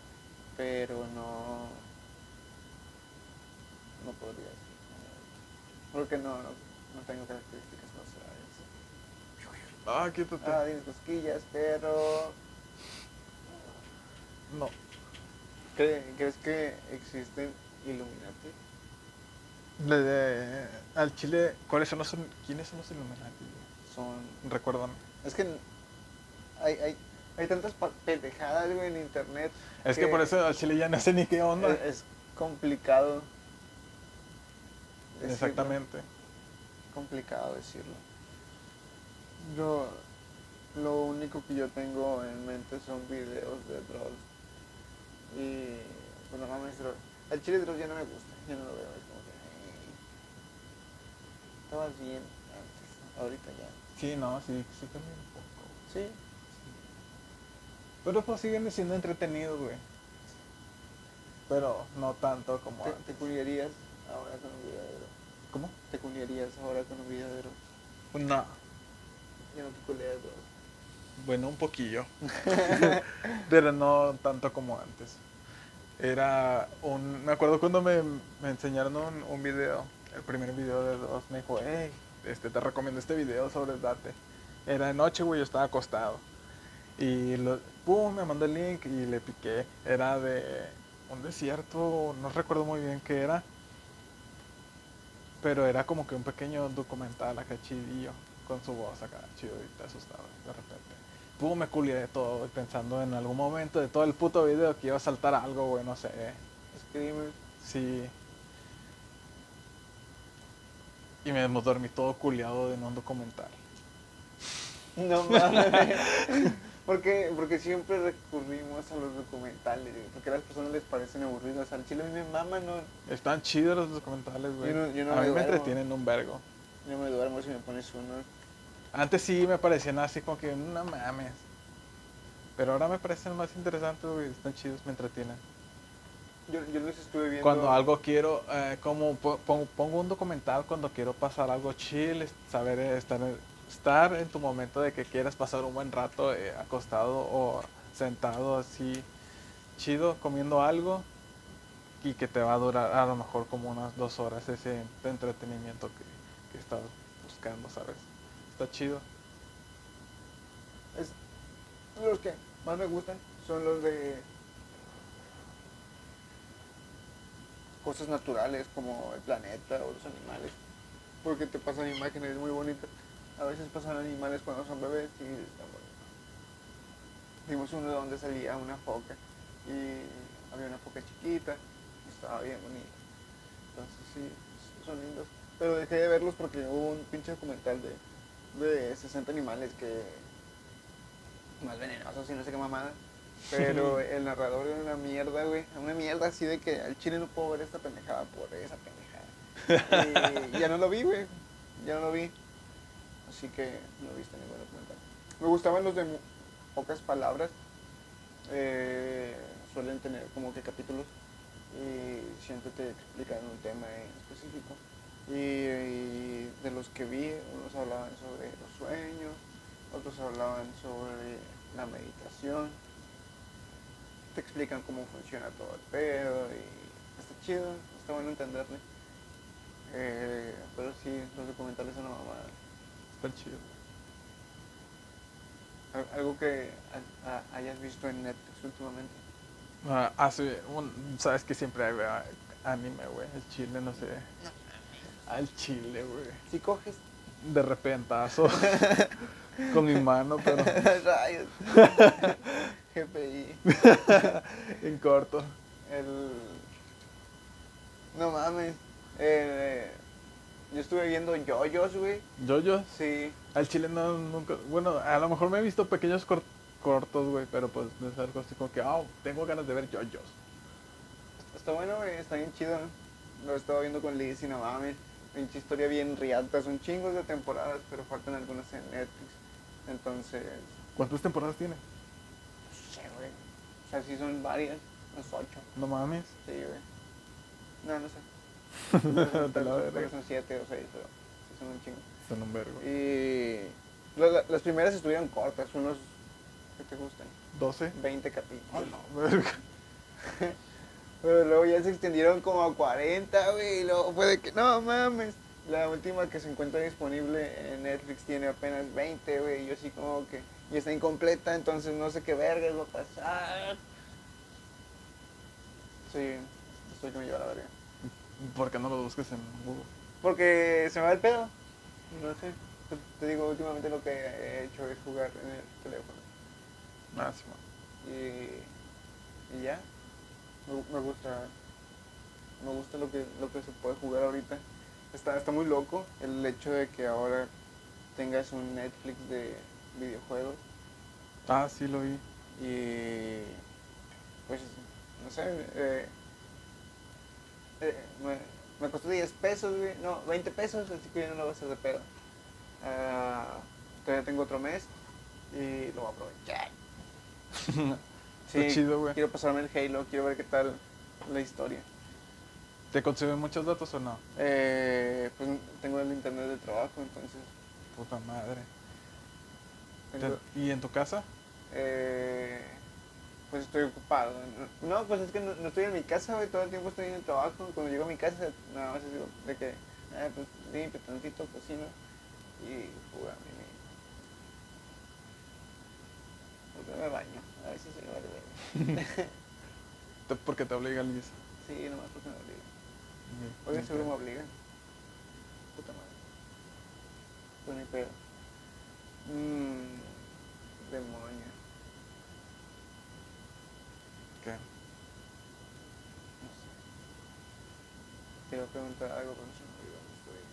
Speaker 1: pero no. No podría ser. Porque no, no, no tengo características sociales.
Speaker 2: Ah, quítate.
Speaker 1: Ah, tienes cosquillas, pero.
Speaker 2: No.
Speaker 1: ¿cre- ¿Crees que existen Illuminati?
Speaker 2: De- de- al chile, ¿cuáles son los. ¿Quiénes son los Illuminati?
Speaker 1: Son
Speaker 2: Recuérdame.
Speaker 1: Es que n- hay, hay, hay tantas pa- pendejadas, güey, en internet.
Speaker 2: Es que por eso al chile ya no sé ni qué onda.
Speaker 1: Es, es complicado. decirlo,
Speaker 2: Exactamente.
Speaker 1: Complicado decirlo. Yo. Lo único que yo tengo en mente son videos de Dross. Y. Pues no mames, Dross. El chile Dross ya no me gusta. Yo no lo veo. Es como que. "Ay, Estabas bien antes. Ahorita ya.
Speaker 2: Sí, no, sí, sí también un poco.
Speaker 1: Sí.
Speaker 2: Pero pues siguen siendo entretenidos, güey. Pero no tanto como
Speaker 1: Te, te
Speaker 2: antes.
Speaker 1: culiarías ahora con un video de Dross.
Speaker 2: ¿Cómo?
Speaker 1: te culiarías ahora con un video de Dross.
Speaker 2: No.
Speaker 1: Ya no te culeas, Dross.
Speaker 2: Bueno, un poquillo. Pero no tanto como antes. Era un... Me acuerdo cuando me, me enseñaron un, un video. el primer video de dos, me dijo, hey, este, te recomiendo este video sobre Date. Era de noche, güey, yo estaba acostado. Y lo, pum, me mandó el link y le piqué. Era de un desierto, no recuerdo muy bien qué era. Pero era como que un pequeño documental acá chidillo, con su voz acá chido y te asustaba de repente. Pum, me culié de todo, güey, pensando en algún momento de todo el puto video que iba a saltar algo, güey, no sé.
Speaker 1: Screamers.
Speaker 2: Sí. Y me dormí todo culiado de un documental.
Speaker 1: No mames. porque, porque siempre recurrimos a los documentales, güey, porque a las personas les parecen aburridos. Al chile a mí me mama, no,
Speaker 2: Están chidos los documentales, güey.
Speaker 1: Yo no- yo no
Speaker 2: a mí
Speaker 1: me
Speaker 2: me
Speaker 1: duermo.
Speaker 2: entretienen un vergo.
Speaker 1: no me duermo si me pones uno.
Speaker 2: Antes sí me parecían así como que, no mames. Pero ahora me parecen más interesantes, güey. Están chidos, me entretienen.
Speaker 1: Yo, yo los estuve viendo.
Speaker 2: Cuando algo quiero, eh, como po- pongo, pongo un documental cuando quiero pasar algo chill, es- saber eh, estar en, estar en tu momento de que quieras pasar un buen rato eh, acostado o sentado así, chido, comiendo algo y que te va a durar a lo mejor como unas dos horas ese entretenimiento que, que estás buscando, ¿sabes? Está chido.
Speaker 1: Es- los que más me gustan son los de cosas naturales como el planeta o los animales. Porque te pasan imágenes muy bonitas. A veces pasan animales cuando son bebés y está bonito. Vimos uno donde salía una foca y había una foca chiquita y estaba bien bonita. Entonces sí, son lindos. Pero dejé de verlos porque hubo un pinche documental de, de 60 animales que más venenosos y no sé qué mamada. Pero el narrador era una mierda, güey. Una mierda así de que al chile no puedo ver esta pendejada por esa pendejada. Y ya no lo vi, güey. Ya no lo vi. Así que no viste ningún documental. Me gustaban los de mu- pocas palabras. Eh, suelen tener como que capítulos. Y siempre te explican un tema en específico. Y, y de los que vi, unos hablaban sobre los sueños, otros hablaban sobre la meditación. Te explican cómo funciona todo el pedo y está chido, está bueno entenderle. Eh, pero sí, los documentales son una mamada.
Speaker 2: Está chido.
Speaker 1: Al- Algo que ha- ha- hayas visto en Netflix últimamente.
Speaker 2: Ah, ah, sí, un- sabes que siempre hay ¿verdad? anime, güey. El chile, no sé. Al chile, güey.
Speaker 1: Si coges.
Speaker 2: de repentazo con mi mano, pero
Speaker 1: Rayos. GPI.
Speaker 2: en corto.
Speaker 1: El... No mames. Eh, yo estuve viendo yoyos, güey.
Speaker 2: Yo-yo,
Speaker 1: Sí.
Speaker 2: al chile no, nunca, bueno, a lo mejor me he visto pequeños cor- cortos, güey, pero pues no es algo así como que, ah, tengo ganas de ver yo-yos.
Speaker 1: Está bueno, güey. Está bien chido. Lo estaba viendo con Liz y no mames. Pinche historia bien riata. Son chingos de temporadas, pero faltan algunas en Netflix. Entonces,
Speaker 2: ¿Cuántas temporadas tiene?
Speaker 1: no sé, güey. O sea, sí son varias. Unas ocho.
Speaker 2: No mames.
Speaker 1: Sí, güey. No, no sé.
Speaker 2: Te la
Speaker 1: Creo que
Speaker 2: verga.
Speaker 1: son siete o seis, pero sí son un chingo.
Speaker 2: Son un vergo.
Speaker 1: Y la- la- las primeras estuvieron cortas, unos que te gustan,
Speaker 2: 12.
Speaker 1: 20 capítulos.
Speaker 2: Ah, no, verga.
Speaker 1: Pero luego ya se extendieron como a 40, güey, y luego fue de que no mames. La última que se encuentra disponible en Netflix tiene apenas 20, güey, y yo así como que y está incompleta, entonces no sé qué vergas va a pasar. Sí, estoy que me lleva la verga.
Speaker 2: ¿Por qué no lo busques en Google?
Speaker 1: Porque se me va el pedo. No sé. Te, te digo, últimamente lo que he hecho es jugar en el teléfono.
Speaker 2: Ah, sí, man.
Speaker 1: Y, y ya. Me, me gusta. Me gusta lo que, lo que se puede jugar ahorita. Está, está muy loco el hecho de que ahora tengas un Netflix de videojuegos.
Speaker 2: Ah, sí lo vi.
Speaker 1: Y pues, no sé, eh, eh, me, me costó 10 pesos, güey, no, 20 pesos, así que ya no lo voy a hacer de pedo. Ah, todavía tengo otro mes y lo voy a aprovechar.
Speaker 2: Está chido, güey.
Speaker 1: Quiero pasarme el Halo, quiero ver qué tal la historia.
Speaker 2: ¿Te consumen muchos datos o no?
Speaker 1: Eh, pues tengo el internet de trabajo, entonces
Speaker 2: Puta madre. Te-
Speaker 1: tengo-
Speaker 2: ¿Y en tu casa?
Speaker 1: eh, pues estoy ocupado. No, no, pues es que no, no estoy en mi casa, güey, todo el tiempo estoy en el trabajo. Cuando llego a mi casa, nada más es digo, de que Ah, pues limpia tantito cocina y juega mi niño. Porque me baño, a ver si se le va el baño.
Speaker 2: Te- Porque te obliga Liz.
Speaker 1: sí, nomás porque me obliga. Oigan, seguro me obligan. Puta madre. Con el pedo. Mmm. Demonio.
Speaker 2: ¿Qué?
Speaker 1: No sé. Te iba a preguntar algo, pero se me olvidó. Estoy en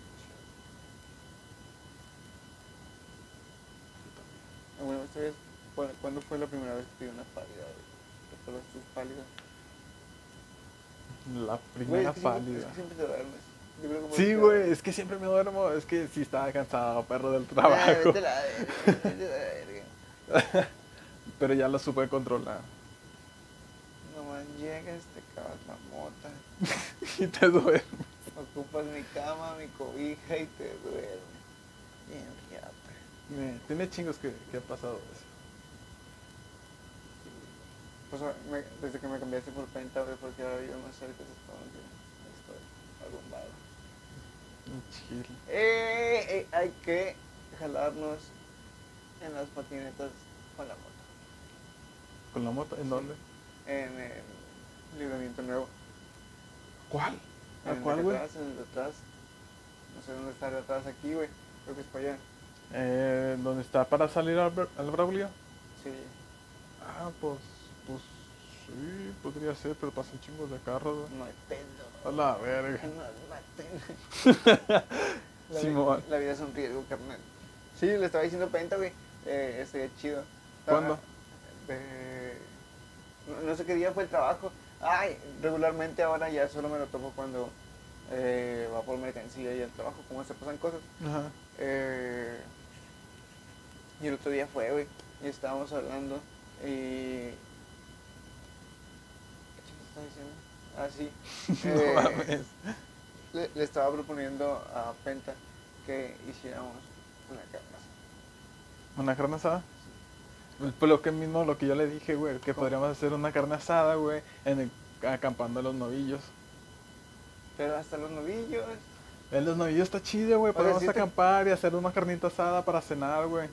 Speaker 1: shock. ¿Alguna vez te habías- cu- ¿Cuándo fue la primera vez que te dio una pálida? güey? ¿Te acuerdas tus pálidas?
Speaker 2: La
Speaker 1: Güey,
Speaker 2: primera
Speaker 1: es que siempre-
Speaker 2: pálida.
Speaker 1: Es que siempre te duermes. Yo creo que por
Speaker 2: Sí,
Speaker 1: eso te
Speaker 2: güey,
Speaker 1: duermes.
Speaker 2: es que siempre me duermo. Es que sí estaba cansado, perro del
Speaker 1: Ah,
Speaker 2: trabajo.
Speaker 1: vete a la verga, vete a la verga.
Speaker 2: Pero ya lo supe controlar.
Speaker 1: Nomás llegas, te acabas la mota.
Speaker 2: Y te duermo.
Speaker 1: Ocupas mi cama, mi cobija y te duermes. Bien riata.
Speaker 2: Me- Eh, Tiene chingos que, que ha pasado eso.
Speaker 1: Pues ah, me- desde que me cambiaste por Penta, güey, porque ahora vivo más cerca de España. Estoy arrumbado.
Speaker 2: Chile.
Speaker 1: Eh, eh, hay que jalarnos en las patinetas con la moto.
Speaker 2: ¿Con la moto? ¿En
Speaker 1: Sí.
Speaker 2: dónde?
Speaker 1: En el libramiento nuevo.
Speaker 2: ¿Cuál?
Speaker 1: En
Speaker 2: ¿A
Speaker 1: el
Speaker 2: cuál,
Speaker 1: de
Speaker 2: güey?
Speaker 1: atrás, en el de atrás. No sé dónde está el de atrás aquí, güey. Creo que es para allá.
Speaker 2: Eh, ¿Dónde está para salir al, Bra- al Braulio?
Speaker 1: Sí.
Speaker 2: Ah, pues, pues sí, podría ser, pero pasan chingos de carros, güey.
Speaker 1: No hay pedo.
Speaker 2: A la verga.
Speaker 1: Que nos maten. La,
Speaker 2: Simón.
Speaker 1: vida, la vida es un riesgo, carnal. Sí, le estaba diciendo Penta, güey. Eh, estaría chido. Estaba-
Speaker 2: ¿Cuándo?
Speaker 1: de- no, no sé qué día fue el trabajo. Ay, regularmente ahora ya solo me lo tomo cuando eh, va por mercancía y el trabajo, como se pasan cosas.
Speaker 2: Ajá.
Speaker 1: Eh, y el otro día fue, güey, y estábamos hablando y... ¿Qué chingados estaba diciendo? Ah, sí. Eh,
Speaker 2: No mames.
Speaker 1: le, le estaba proponiendo a Penta que hiciéramos una carne.
Speaker 2: ¿Una carne asada? Pues lo que mismo, lo que yo le dije, güey, que
Speaker 1: ¿Cómo?
Speaker 2: podríamos hacer una carne asada, güey, en el- acampando a los novillos.
Speaker 1: Pero hasta los novillos.
Speaker 2: En los novillos está chido, güey,
Speaker 1: Oye,
Speaker 2: podemos
Speaker 1: sí te-
Speaker 2: acampar y hacer una carnita asada para cenar, güey.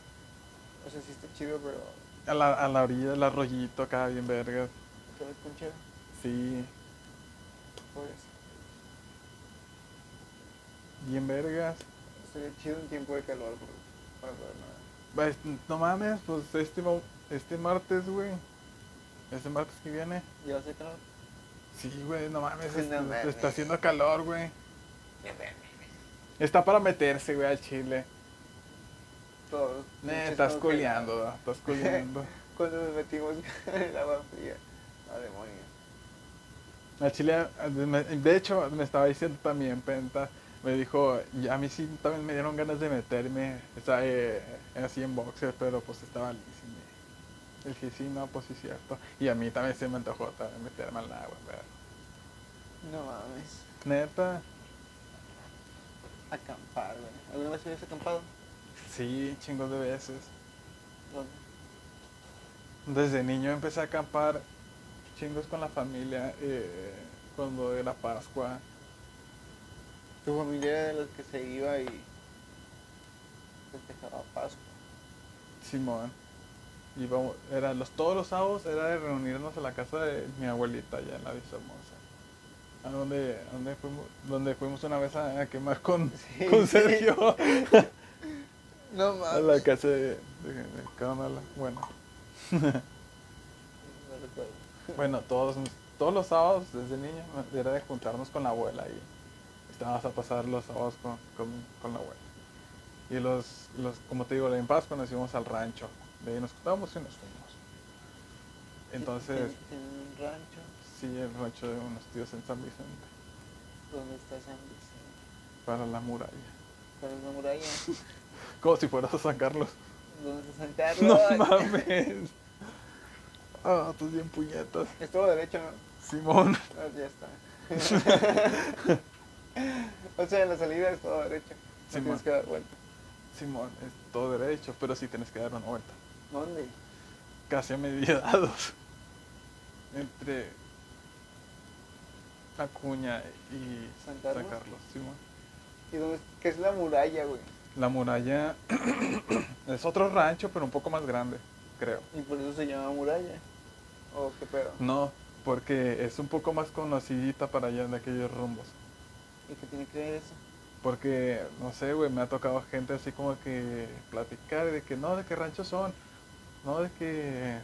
Speaker 1: O sea, sí está chido, pero...
Speaker 2: A la, a la orilla del arroyito acá, bien vergas.
Speaker 1: Pero es conchero,
Speaker 2: Sí,
Speaker 1: pues.
Speaker 2: bien vergas.
Speaker 1: Sería chido un tiempo de calor, pero... para ver nada.
Speaker 2: Pues, no mames, pues este, mo- este martes, güey. Este martes que viene.
Speaker 1: ¿Ya hace calor?
Speaker 2: Sí, güey, no mames,
Speaker 1: No
Speaker 2: este-
Speaker 1: mames.
Speaker 2: está haciendo calor, güey. Está para meterse, güey, al chile.
Speaker 1: Todos.
Speaker 2: Ne,
Speaker 1: pinches
Speaker 2: estás
Speaker 1: congelados.
Speaker 2: coleando, da, estás coleando.
Speaker 1: Cuando nos metimos en el agua fría. A demonio.
Speaker 2: Al chile, me- de hecho, me estaba diciendo también, Penta, me dijo, y a mí sí también me dieron ganas de meterme, o sea, eh, así en boxer, pero pues estaba listo. El que sí, no, pues sí, cierto. Y a mí también se me antojó también meterme al agua, pero.
Speaker 1: No mames.
Speaker 2: Neta,
Speaker 1: Acampar, güey. ¿Alguna vez habías acampado?
Speaker 2: sí, chingos de veces.
Speaker 1: ¿Dónde?
Speaker 2: Desde niño empecé a acampar chingos con la familia eh, cuando era Pascua.
Speaker 1: Tu familia era de los que se iba y festejaba Pascua.
Speaker 2: Simón. Íbamos, era los, todos los sábados era de reunirnos a la casa de mi abuelita allá en la Vista Hermosa. A donde, a donde, fuimos, donde fuimos una vez a, a quemar con,
Speaker 1: Sí,
Speaker 2: con
Speaker 1: sí.
Speaker 2: Sergio.
Speaker 1: No
Speaker 2: a la casa de, de, de Cámara. Bueno.
Speaker 1: No recuerdo.
Speaker 2: Bueno, todos, todos los sábados desde niño era de juntarnos con la abuela y estábamos a pasar los sábados con, con- con la abuela. Y los, los, como te digo, en Pascua nos íbamos al rancho. De ahí nos juntábamos y nos fuimos. Entonces,
Speaker 1: En, en un rancho
Speaker 2: sí, el rancho de unos tíos en San Vicente,
Speaker 1: donde está San Vicente.
Speaker 2: para la muralla.
Speaker 1: Para la muralla.
Speaker 2: Como si fueras a San Carlos.
Speaker 1: Donde está San Carlos.
Speaker 2: No mames. Ah, tus bien puñetas.
Speaker 1: Es todo derecho, ¿no?
Speaker 2: Simón.
Speaker 1: Ah, ya está. o sea, en la salida es todo derecho. No
Speaker 2: Sí,
Speaker 1: tienes
Speaker 2: man.
Speaker 1: que dar vuelta.
Speaker 2: Simón, es todo derecho, pero sí tienes que dar una vuelta.
Speaker 1: ¿Dónde?
Speaker 2: casi a mediados entre Acuña y
Speaker 1: ¿San Carlos?
Speaker 2: Simón.
Speaker 1: ¿Y dónde, qué es la muralla, güey?
Speaker 2: La muralla es otro rancho, pero un poco más grande, creo.
Speaker 1: Y por eso se llama muralla. ¿O qué pedo?
Speaker 2: No, porque es un poco más conocidita para allá en aquellos rumbos.
Speaker 1: ¿Y qué tiene que ver eso?
Speaker 2: Porque, no sé, güey, me ha tocado gente así como que platicar de que no, de qué ranchos son. No, de que,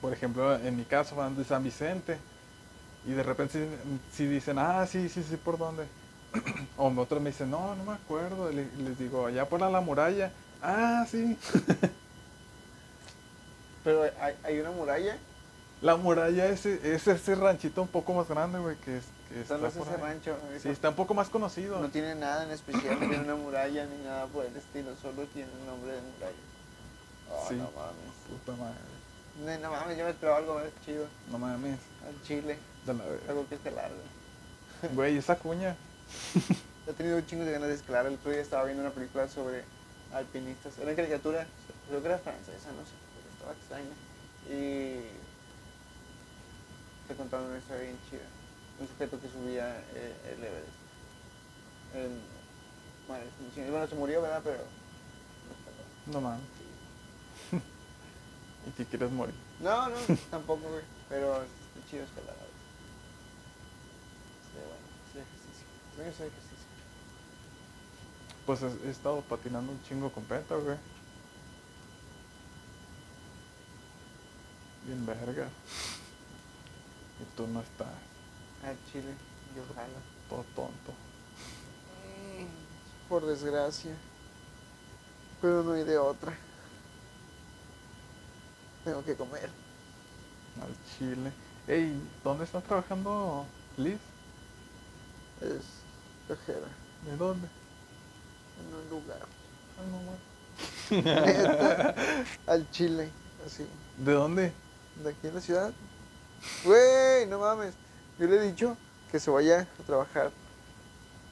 Speaker 2: por ejemplo, en mi caso van de San Vicente. Y de repente si, si dicen, ah, sí, sí, sí, ¿por dónde? o otros me dicen, no, no me acuerdo. Le- les digo, allá por la, la muralla. Ah, sí.
Speaker 1: Pero hay, hay una muralla.
Speaker 2: la muralla es, e- es ese ranchito un poco más grande, güey, que, es, que
Speaker 1: Eso
Speaker 2: está
Speaker 1: no es
Speaker 2: por
Speaker 1: ese
Speaker 2: ahí.
Speaker 1: rancho.
Speaker 2: Sí,
Speaker 1: eso
Speaker 2: está un poco más conocido.
Speaker 1: No tiene nada en especial, ni una muralla, ni nada por el estilo. Solo tiene el nombre de muralla. Oh,
Speaker 2: Sí.
Speaker 1: no mames.
Speaker 2: Puta madre.
Speaker 1: No, no mames, yo me esperaba algo más chido.
Speaker 2: No mames.
Speaker 1: Al chile.
Speaker 2: De la verga.
Speaker 1: Algo que escalar. güey.
Speaker 2: Güey, esa cuña.
Speaker 1: He tenido un chingo de ganas de escalar. El otro día estaba viendo una película sobre alpinistas. Era una caricatura, creo que era francesa, no sé, pero estaba extraña. Y te contaron una historia bien chida. Un sujeto que subía eh, el Everest. El, bueno, sí, bueno, se murió, ¿verdad? Pero...
Speaker 2: No mames. y que quieres morir.
Speaker 1: No, no, tampoco, güey. Pero es chido escalar. a veces. Sí, bueno, sí, ejercicio. Creo que sí, ejercicio.
Speaker 2: Pues he, he estado patinando un chingo con peta, güey. Bien verga. Y tú no estás
Speaker 1: Al Ah, chile, yo jalo.
Speaker 2: todo tonto.
Speaker 1: Mm. Por desgracia. Pero no hay de otra. Tengo que comer.
Speaker 2: Al chile. Ey, ¿dónde estás trabajando, Liz?
Speaker 1: Es cajera
Speaker 2: ¿De dónde?
Speaker 1: en un lugar.
Speaker 2: Ah, no mames.
Speaker 1: Neta, Al chile, así.
Speaker 2: ¿De dónde?
Speaker 1: De aquí en la ciudad. Güey, no mames. Yo le he dicho que se vaya a trabajar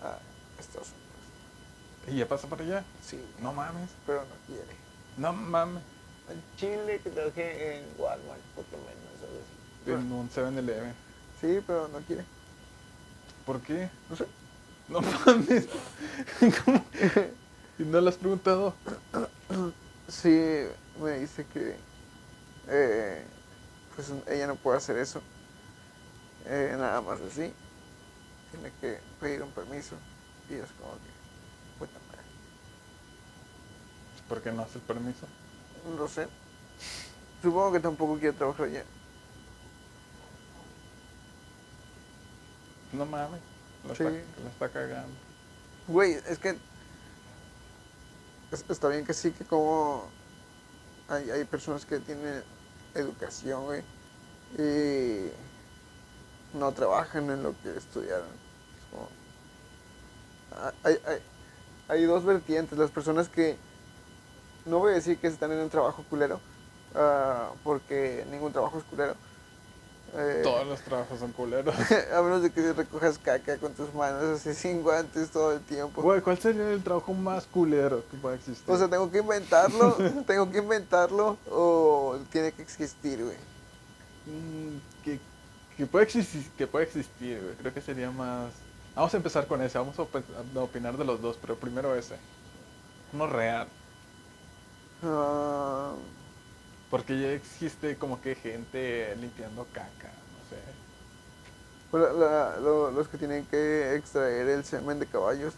Speaker 1: a Estados Unidos.
Speaker 2: ¿Y ya pasa para allá?
Speaker 1: Sí,
Speaker 2: No mames.
Speaker 1: pero no quiere.
Speaker 2: No mames.
Speaker 1: Al chile que trabajé en Walmart, por lo menos. algo así.
Speaker 2: En un 7-Eleven.
Speaker 1: Sí, pero no quiere.
Speaker 2: ¿Por qué?
Speaker 1: No sé.
Speaker 2: No mames. ¿Cómo? ¿Y no le has preguntado?
Speaker 1: Sí, me dice que eh, pues ella no puede hacer eso. eh, nada más así. Tiene que pedir un permiso. Y es como que, puta madre.
Speaker 2: ¿Por qué no haces permiso?
Speaker 1: No sé. Supongo que tampoco quiere trabajar ya.
Speaker 2: No mames. La,
Speaker 1: Sí.
Speaker 2: está, la está cagando.
Speaker 1: Güey, es que es- está bien que sí, que como hay, hay personas que tienen educación, güey, y no trabajan en lo que estudiaron. Es como- Ah, hay, hay- hay dos vertientes, las personas que, no voy a decir que están en un trabajo culero, ah, porque ningún trabajo es culero. Eh,
Speaker 2: Todos los trabajos son culeros.
Speaker 1: a menos de que recojas caca con tus manos así sin guantes todo el tiempo.
Speaker 2: Güey, ¿cuál sería el trabajo más culero que pueda existir?
Speaker 1: O sea, tengo que inventarlo, tengo que inventarlo o tiene que existir, güey.
Speaker 2: Mm, que, que puede existir, que puede existir, güey. Creo que sería más... Vamos a empezar con ese. Vamos a opi- a opinar de los dos, pero primero ese. Uno real.
Speaker 1: Ah,
Speaker 2: Porque ya existe como que gente limpiando caca, no sé.
Speaker 1: pues la- la- lo- los que tienen que extraer el semen de caballos.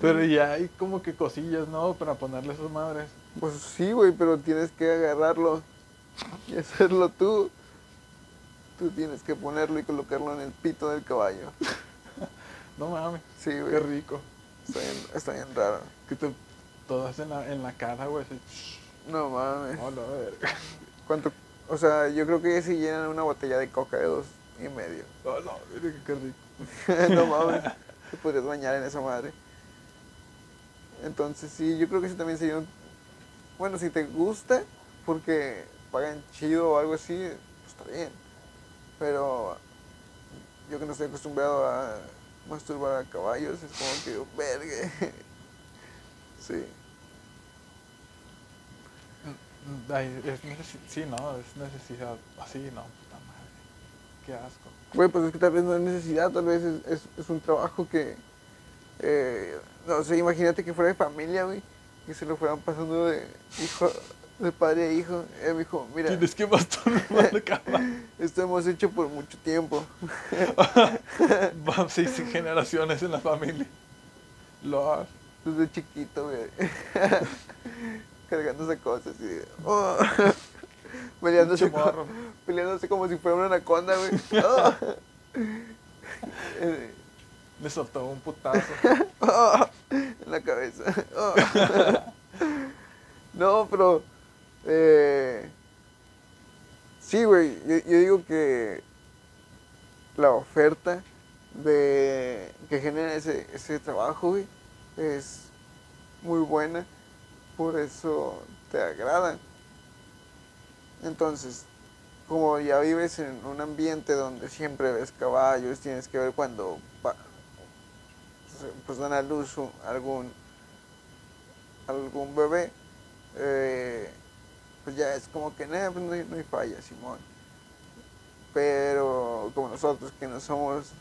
Speaker 2: Pero ya hay como que cosillas, ¿no? Para ponerle sus madres.
Speaker 1: Pues sí, güey, pero tienes que agarrarlo y hacerlo tú. Tú tienes que ponerlo y colocarlo en el pito del caballo.
Speaker 2: No mames,
Speaker 1: Sí,
Speaker 2: qué
Speaker 1: güey.
Speaker 2: rico.
Speaker 1: Está bien, está bien raro.
Speaker 2: Que te todas en la, en la cara, güey. así,
Speaker 1: No mames.
Speaker 2: No, la verga.
Speaker 1: ¿Cuánto? O sea, yo creo que si llenan una botella de coca de dos y medio.
Speaker 2: No, Oh, la verga, qué rico.
Speaker 1: no mames, te podrías bañar en esa madre. Entonces, sí, yo creo que sí también sería un... Bueno, si te gusta, porque pagan chido o algo así, pues está bien. Pero yo que no estoy acostumbrado a masturbar a caballos, es como que, oh, verga. sí.
Speaker 2: Mm, ay, es necesi- sí, no, es necesidad. Así, no, puta madre. Qué asco.
Speaker 3: Güey, pues es que tal vez no es necesidad, tal vez es, es- es un trabajo que. eh, no sé, imagínate que fuera de familia, güey. Que se lo fueran pasando de hijo, de padre a hijo. Él me dijo, mira,
Speaker 2: Tienes que masturbar, cabrón.
Speaker 3: esto hemos hecho por mucho tiempo.
Speaker 2: Van seis generaciones en la familia. Lord.
Speaker 3: Desde chiquito, güey. Cargándose cosas y. oh, peleándose,
Speaker 2: Pinche
Speaker 3: co-
Speaker 2: morro.
Speaker 3: peleándose como si fuera una anaconda, güey. Oh. Eh,
Speaker 2: Le soltó un putazo.
Speaker 3: ¡Ah! en la cabeza. ¡Ah! no, pero. eh, sí, güey. Yo, yo digo que la oferta de que genera ese, ese trabajo, güey, es muy buena. Por eso te agrada. Entonces, como ya vives en un ambiente donde siempre ves caballos, tienes que ver cuando pa- se- pues dan a luz un- algún algún bebé eh, pues ya es como que "Nah, pues no, hay- no hay falla Simón pero como nosotros que no somos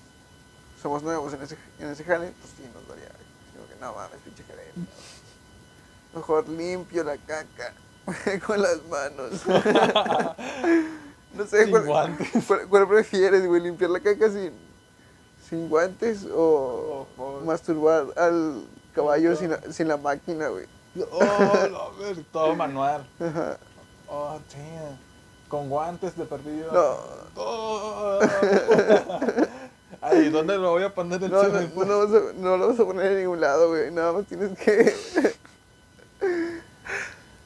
Speaker 3: somos nuevos en ese en ese jale pues sí nos daría digo que no mames pinche jale mejor limpio la caca con las manos no sé
Speaker 2: Sin
Speaker 3: cuál,
Speaker 2: guantes.
Speaker 3: cuál- cuál prefieres güey limpiar la caca sin sin guantes o
Speaker 2: Oh, por-
Speaker 3: masturbar al caballo sin la, sin la máquina, güey.
Speaker 2: Oh, no, ver, todo manual.
Speaker 3: Ajá.
Speaker 2: Oh, damn. Con guantes de perdido.
Speaker 3: No.
Speaker 2: Oh. Ay, ¿dónde lo voy a poner el
Speaker 3: No, no,
Speaker 2: semen?
Speaker 3: no vas a- no lo vas a poner en ningún lado, güey. Nada más tienes que.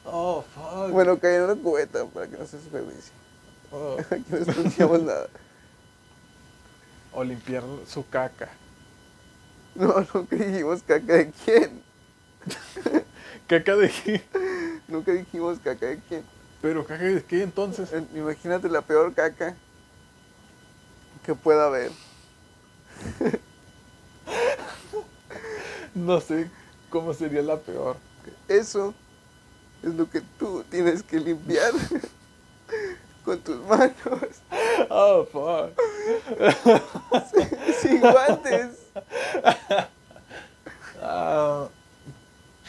Speaker 2: Oh, fuck.
Speaker 3: Bueno, caer en una cubeta para que no se desperdicie.
Speaker 2: Oh.
Speaker 3: Aquí no desperdiciamos nada.
Speaker 2: O limpiar su caca.
Speaker 3: No, nunca dijimos caca de quién.
Speaker 2: Caca de qué?
Speaker 3: Nunca dijimos caca de quién.
Speaker 2: Pero caca de qué entonces?
Speaker 3: Eh, Imagínate la peor caca que pueda haber.
Speaker 2: No sé cómo sería la peor.
Speaker 3: Eso es lo que tú tienes que limpiar con tus manos.
Speaker 2: Oh, fuck.
Speaker 3: Sin guantes.
Speaker 2: Ah,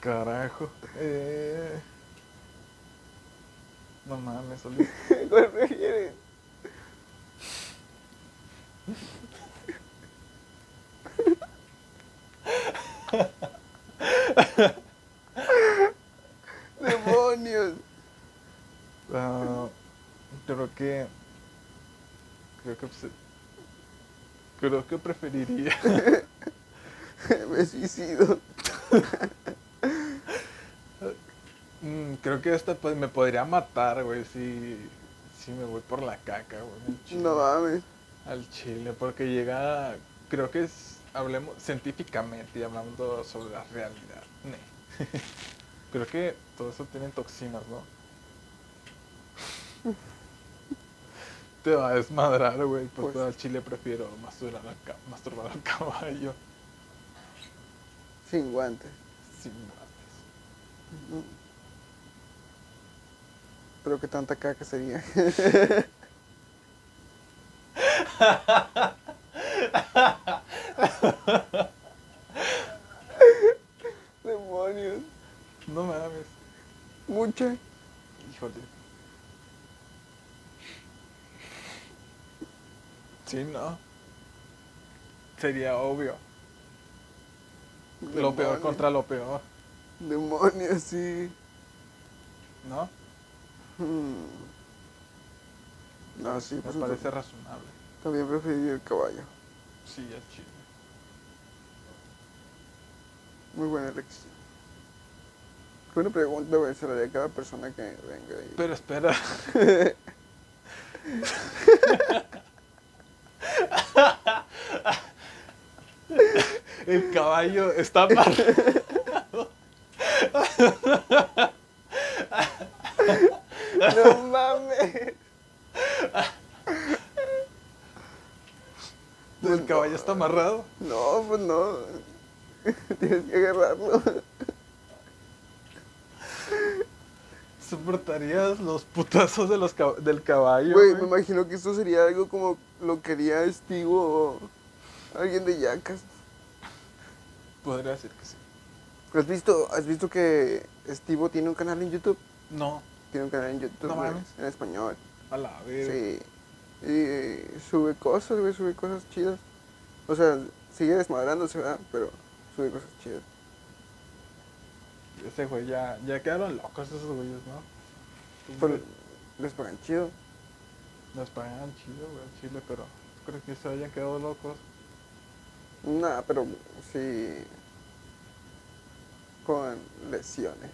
Speaker 2: carajo. Eh. No mames, Oli.
Speaker 3: ¿Cuál prefieres? ¡Demonios!
Speaker 2: Ah, creo que. Creo que. se- Creo que preferiría.
Speaker 3: Me suicido.
Speaker 2: Mm, creo que esta pues, me podría matar, güey, si. Si me voy por la caca, güey. al chile.
Speaker 3: No mames.
Speaker 2: Al chile, porque llega. Creo que es. Hablemos científicamente y hablando sobre la realidad. Ne. creo que todo eso tiene toxinas, ¿no? Te va a desmadrar, güey. Pues,
Speaker 3: Pues.
Speaker 2: al chile prefiero masturbar al, ca- masturbar al caballo
Speaker 3: Sin guantes.
Speaker 2: sin guantes.
Speaker 3: Mm. Pero qué tanta caca sería. Demonios.
Speaker 2: No mames.
Speaker 3: Mucha.
Speaker 2: Híjole. Sí, no. Sería obvio. Lo peor
Speaker 3: Demonios.
Speaker 2: contra lo peor,
Speaker 3: Demonios, sí.
Speaker 2: ¿no?
Speaker 3: Mm. No, sí,
Speaker 2: Me
Speaker 3: pues
Speaker 2: parece razonable.
Speaker 3: también preferiría el caballo.
Speaker 2: Sí, es chido.
Speaker 3: Muy buena elección. Qué buena pregunta, güey. Se la haría a cada persona que venga. Y...
Speaker 2: Pero espera. El caballo está amarrado.
Speaker 3: ¡No mames!
Speaker 2: El caballo está amarrado.
Speaker 3: No, pues no. Tienes que agarrarlo.
Speaker 2: ¿Soportarías los putazos de los cab- del caballo?
Speaker 3: Güey, me
Speaker 2: güey?
Speaker 3: imagino que esto sería algo como lo quería Steve o alguien de Yacas.
Speaker 2: Podría decir que sí.
Speaker 3: ¿Has visto, ¿Has visto que Steve tiene un canal en YouTube?
Speaker 2: No,
Speaker 3: Tiene un canal en YouTube
Speaker 2: No
Speaker 3: güey,
Speaker 2: mames.
Speaker 3: en español.
Speaker 2: a la verga.
Speaker 3: Sí. Y sube cosas, güey, sube cosas chidas. O sea, sigue desmadrándose, ¿verdad? Pero sube cosas chidas.
Speaker 2: Ese güey ya, ya quedaron locos esos güeyes, ¿no?
Speaker 3: Pero les pagan chido.
Speaker 2: Nos pagan chido, güey, al Chile, pero creo que se hayan quedado locos.
Speaker 3: Nada, pero sí. Con lesiones.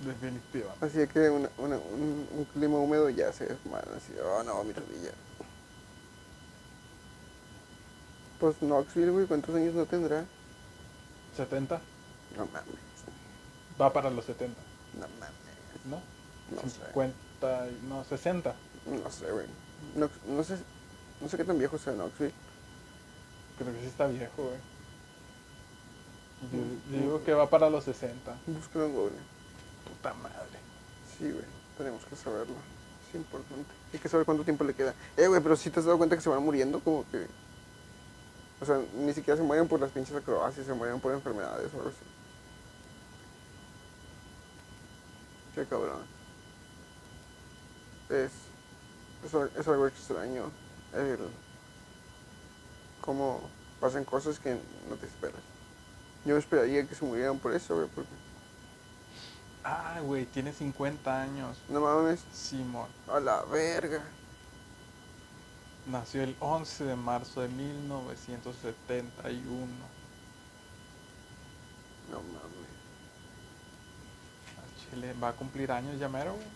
Speaker 2: Definitivamente.
Speaker 3: Así que una- una- un, un clima húmedo ya se desmadra. Así, oh no, mi rodilla. Pues Knoxville, güey, ¿cuántos años no tendrá?
Speaker 2: 70
Speaker 3: No mames.
Speaker 2: va para los 70,
Speaker 3: No mames.
Speaker 2: ¿no?
Speaker 3: No sé.
Speaker 2: 50, y- no, 60.
Speaker 3: No sé, güey. No, no sé, no sé qué tan viejo sea Knoxville.
Speaker 2: Creo que sí está viejo, güey. Yo- yo digo que va para los 60.
Speaker 3: Búscalo en Google.
Speaker 2: Puta madre.
Speaker 3: Sí, güey. Tenemos que saberlo. Es importante. Hay que saber cuánto tiempo le queda. Eh, güey, pero si te has dado cuenta que se van muriendo, como que. O sea, ni siquiera se mueren por las pinches acrobacias, se mueren por enfermedades o algo así. Qué cabrón. Es. Es, al- es algo extraño. El. Cómo pasan cosas que no te esperas. Yo esperaría que se murieran por eso, güey, porque.
Speaker 2: Ah, güey, tiene 50 años.
Speaker 3: No mames.
Speaker 2: Simón
Speaker 3: A la verga.
Speaker 2: nació el 11 de marzo de 1971.
Speaker 3: No mames.
Speaker 2: Al Chile va a cumplir años ya mero, güey.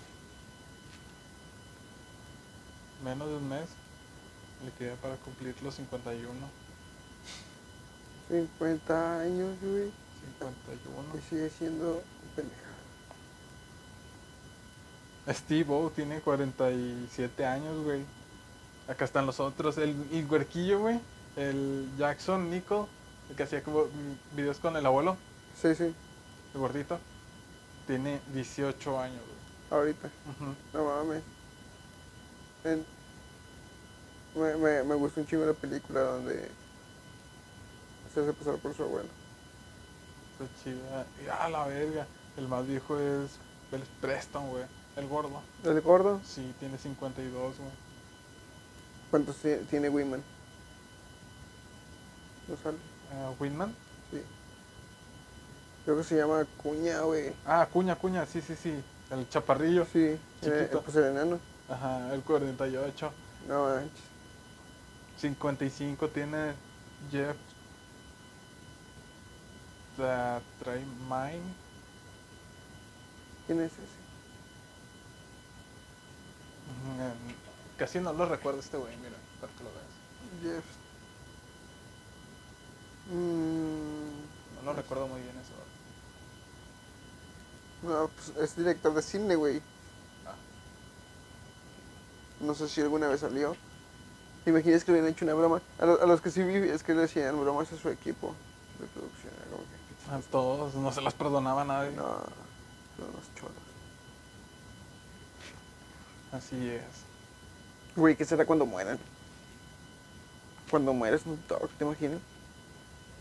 Speaker 2: Menos de un mes le queda para cumplir los 51.
Speaker 3: 50 años, güey.
Speaker 2: 51.
Speaker 3: Y sigue siendo pendeja.
Speaker 2: Steve O tiene 47 años, güey. Acá están los otros. El, el huerquillo, güey. El Jackson Nicol, el que hacía como mm, videos con el abuelo,
Speaker 3: Sí, sí.
Speaker 2: el gordito. Tiene 18 años, güey.
Speaker 3: Ahorita.
Speaker 2: Ujú.
Speaker 3: No mames. En- Me, me, me gustó un chingo la película donde se hace pasar por su abuelo.
Speaker 2: Está chida. Y a la verga. El más viejo es el Preston, güey. El gordo.
Speaker 3: ¿El gordo?
Speaker 2: Sí, tiene 52, güey.
Speaker 3: ¿Cuántos tie- tiene Wiman? No sale.
Speaker 2: Ah, Winman.
Speaker 3: Sí. Creo que se llama Cuña, güey.
Speaker 2: Ah, cuña, cuña. Sí, sí, sí. El chaparrillo.
Speaker 3: Sí, era-
Speaker 2: Chiquito.
Speaker 3: pues el enano.
Speaker 2: Ajá, el 48.
Speaker 3: No manches.
Speaker 2: 55 tiene Jeff. La trae Mine.
Speaker 3: ¿Quién es ese?
Speaker 2: Ujú, em, Casi no lo recuerdo este güey, mira, para que lo veas.
Speaker 3: Jeff. Mm,
Speaker 2: No lo recuerdo muy bien eso.
Speaker 3: no, pues, es director de cine, güey.
Speaker 2: Ah.
Speaker 3: No sé si alguna vez salió. ¿Te imaginas que hubieran hecho una broma? A, lo- a los que sí vi es que le hacían bromas a su equipo de producción. era como que,
Speaker 2: A todos, no se los perdonaba a nadie.
Speaker 3: Ah, no, son unos cholos.
Speaker 2: Así es.
Speaker 3: Güey, ¿qué será cuando mueran? Cuando mueres un Dogg, ¿te imaginas?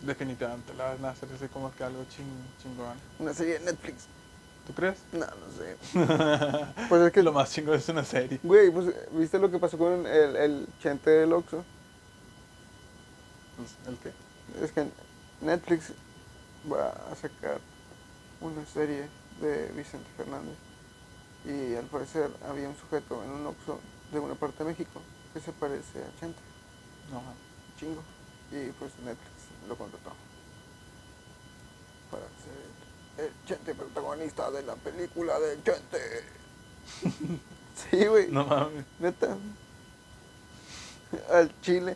Speaker 2: Definitivamente, la van a hacer así como que algo ching, chingón.
Speaker 3: Una serie de Netflix.
Speaker 2: ¿Tú crees?
Speaker 3: No, no sé. Pues es que
Speaker 2: lo más chingón es una serie.
Speaker 3: Güey, pues, ¿viste lo que pasó con el, el chente del Oxxo?
Speaker 2: Pues, ¿El qué?
Speaker 3: Es que Netflix va a sacar una serie de Vicente Fernández. Y al parecer había un sujeto en un Oxxo de una parte de México que se parece a Chente.
Speaker 2: No,
Speaker 3: Chingo. Y pues Netflix lo contrató. Para ser el Chente protagonista de la película de Chente. sí, güey.
Speaker 2: no mames.
Speaker 3: Neta. Al chile.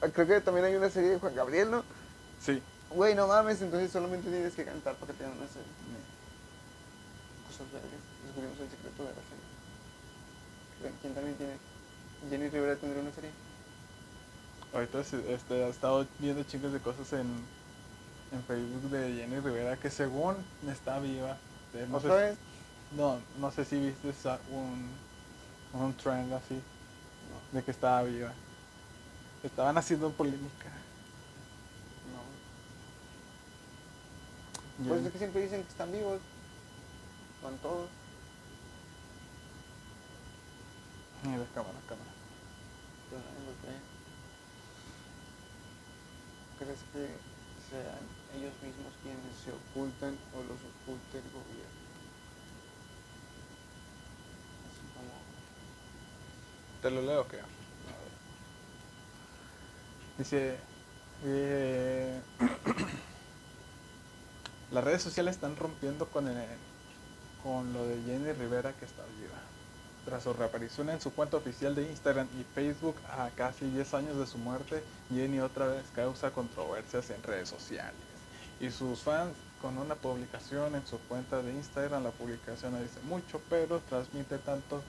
Speaker 3: Ah, Creo que también hay una serie de Juan Gabriel, ¿no?
Speaker 2: Sí.
Speaker 3: Güey, no mames, entonces solamente tienes que cantar para que te den una serie. Cosas vergas. Descubrimos el secreto de la serie. ¿Quién también tiene? Jenny Rivera tendrá una serie.
Speaker 2: Ahorita se- este, he estado viendo chingos de cosas en, en Facebook de Jenny Rivera que según está viva. Eh, no, sé,
Speaker 3: ¿Otra vez?
Speaker 2: si- no, no sé si viste esa- un, un trend así.
Speaker 3: No.
Speaker 2: de que estaba viva. Estaban haciendo polémica.
Speaker 1: No.
Speaker 2: Yo-
Speaker 1: Por eso es que siempre dicen que están vivos. Con todo.
Speaker 2: Mira, cámara, cámara.
Speaker 1: Pero nadie lo cree. ¿Crees que sean ellos mismos quienes se ocultan o los oculta el gobierno? Así como
Speaker 2: ¿Te lo leo o qué? Dice, eh, las redes sociales están rompiendo con, el- con lo de Jenny Rivera que está viva. Tras su reaparición en su cuenta oficial de Instagram y Facebook a casi 10 años de su muerte, Jenny otra vez causa controversias en redes sociales. Y sus fans con una publicación en su cuenta de Instagram, la publicación no dice mucho, pero transmite tanto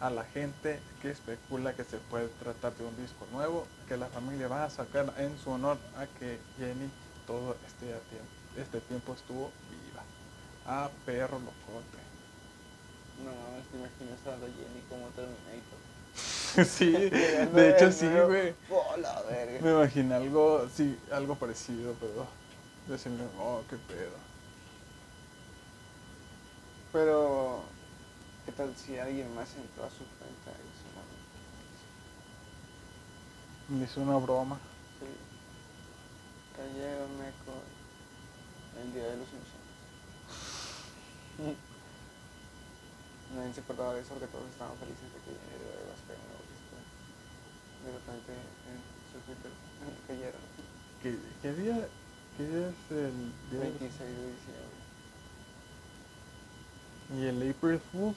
Speaker 2: a la gente que especula que se puede tratar de un disco nuevo que la familia va a sacar en su honor a que Jenny todo este tiempo, este tiempo estuvo viva. Ah, perro locote.
Speaker 1: No mames, te imaginas a la Jenny como Terminator.
Speaker 2: sí,
Speaker 1: Llegando
Speaker 2: de hecho sí,
Speaker 1: nuevo.
Speaker 2: güey.
Speaker 1: Oh, la verga.
Speaker 2: Me imaginé algo, sí, algo parecido, pero decirme, oh, qué pedo.
Speaker 1: Pero, ¿qué tal si alguien más entró a su cuenta y se mamó?
Speaker 2: Me hizo una broma.
Speaker 1: Sí. Cayeron con el día de los inocentes. Nadie se acordaba de eso porque todos estaban felices de que Jenny iba a sacar un nuevo disco. De repente eh, en su Twitter cayeron.
Speaker 2: ¿Qué, qué día, qué día es el día de los-
Speaker 1: 26 de diciembre.
Speaker 2: Y el April Fools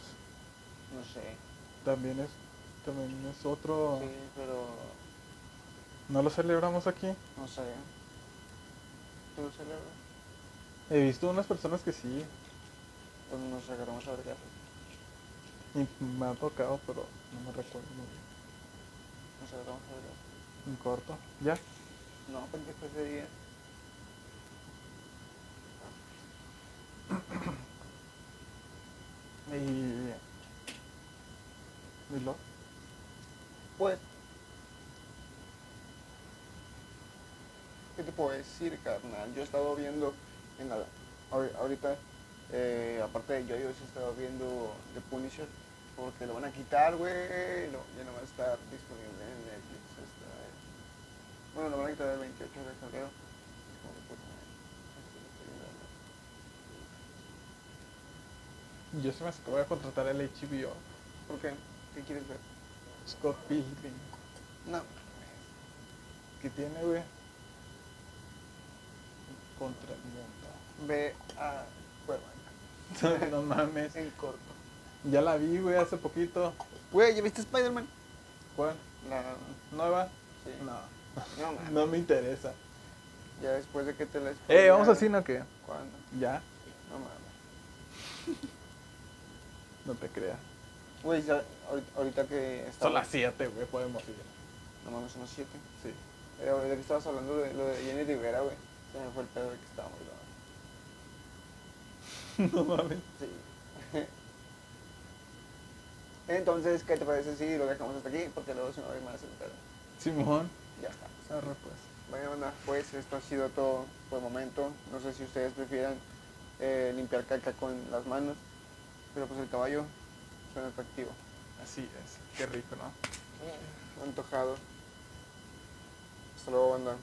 Speaker 1: No sé.
Speaker 2: también es, también es otro...
Speaker 1: Sí, pero
Speaker 2: ¿No lo celebramos aquí?
Speaker 1: no sé. ¿Tú lo celebras?
Speaker 2: He visto unas personas que sí,
Speaker 1: Pues nos agarramos a vergas.
Speaker 2: y me ha tocado, pero no me recuerdo muy bien.
Speaker 1: Nos agarramos a vergas.
Speaker 2: En corto, ¿ya?
Speaker 1: No, pendejo ese día.
Speaker 2: Y... ¿Y lo?
Speaker 1: Pues, ¿qué te puedo decir, carnal? Yo he estado viendo, en la- ahori- ahorita, eh, aparte de yo, yo he estado viendo The Punisher, porque lo van a quitar, güey, no, ya no va a estar disponible en Netflix hasta, el- bueno, lo van a quitar el 28 de febrero. Es como que, puta madre, esto lo estoy viendo.
Speaker 2: Yo se me hace que voy a contratar el HBO.
Speaker 1: ¿Por qué? ¿Qué quieres ver?
Speaker 2: Scott Pilgrim.
Speaker 1: No,
Speaker 2: ¿Qué tiene, güey? Contra el mundo.
Speaker 1: ve a Cuevana,
Speaker 2: no mames.
Speaker 1: en corto.
Speaker 2: Ya la vi, güey, hace poquito.
Speaker 1: Güey, ¿ya viste Spider-Man?
Speaker 2: ¿Cuál?
Speaker 1: La...
Speaker 2: ¿Nueva?
Speaker 1: Sí.
Speaker 2: No.
Speaker 1: No, mames. Pues
Speaker 2: No me interesa.
Speaker 1: Ya después de que te la
Speaker 2: Eh, vamos a
Speaker 1: spoilearon.
Speaker 2: cine o qué?
Speaker 1: ¿Cuándo?
Speaker 2: Ya,
Speaker 1: No mames.
Speaker 2: no te creas.
Speaker 1: Güey, ya, ahorita, ahorita que estaba...
Speaker 2: Son las 7, güey, podemos ir.
Speaker 1: No mames, son las 7.
Speaker 2: Sí.
Speaker 1: Eh, ahorita que estabas hablando de lo de Jenny Rivera, güey. Se me fue el pedo de que estábamos grabando.
Speaker 2: no mames.
Speaker 1: Sí. Entonces, ¿qué te parece si lo dejamos hasta aquí? Porque luego se me va a ir más el pedo.
Speaker 2: Simón.
Speaker 1: Ya está.
Speaker 2: Arre, pues.
Speaker 1: Bueno, banda, pues esto ha sido todo por el momento. No sé si ustedes prefieran eh, limpiar caca con las manos, pero pues el caballo suena atractivo.
Speaker 2: Así es. Qué rico, ¿no?
Speaker 1: Antojado. Hasta luego, banda.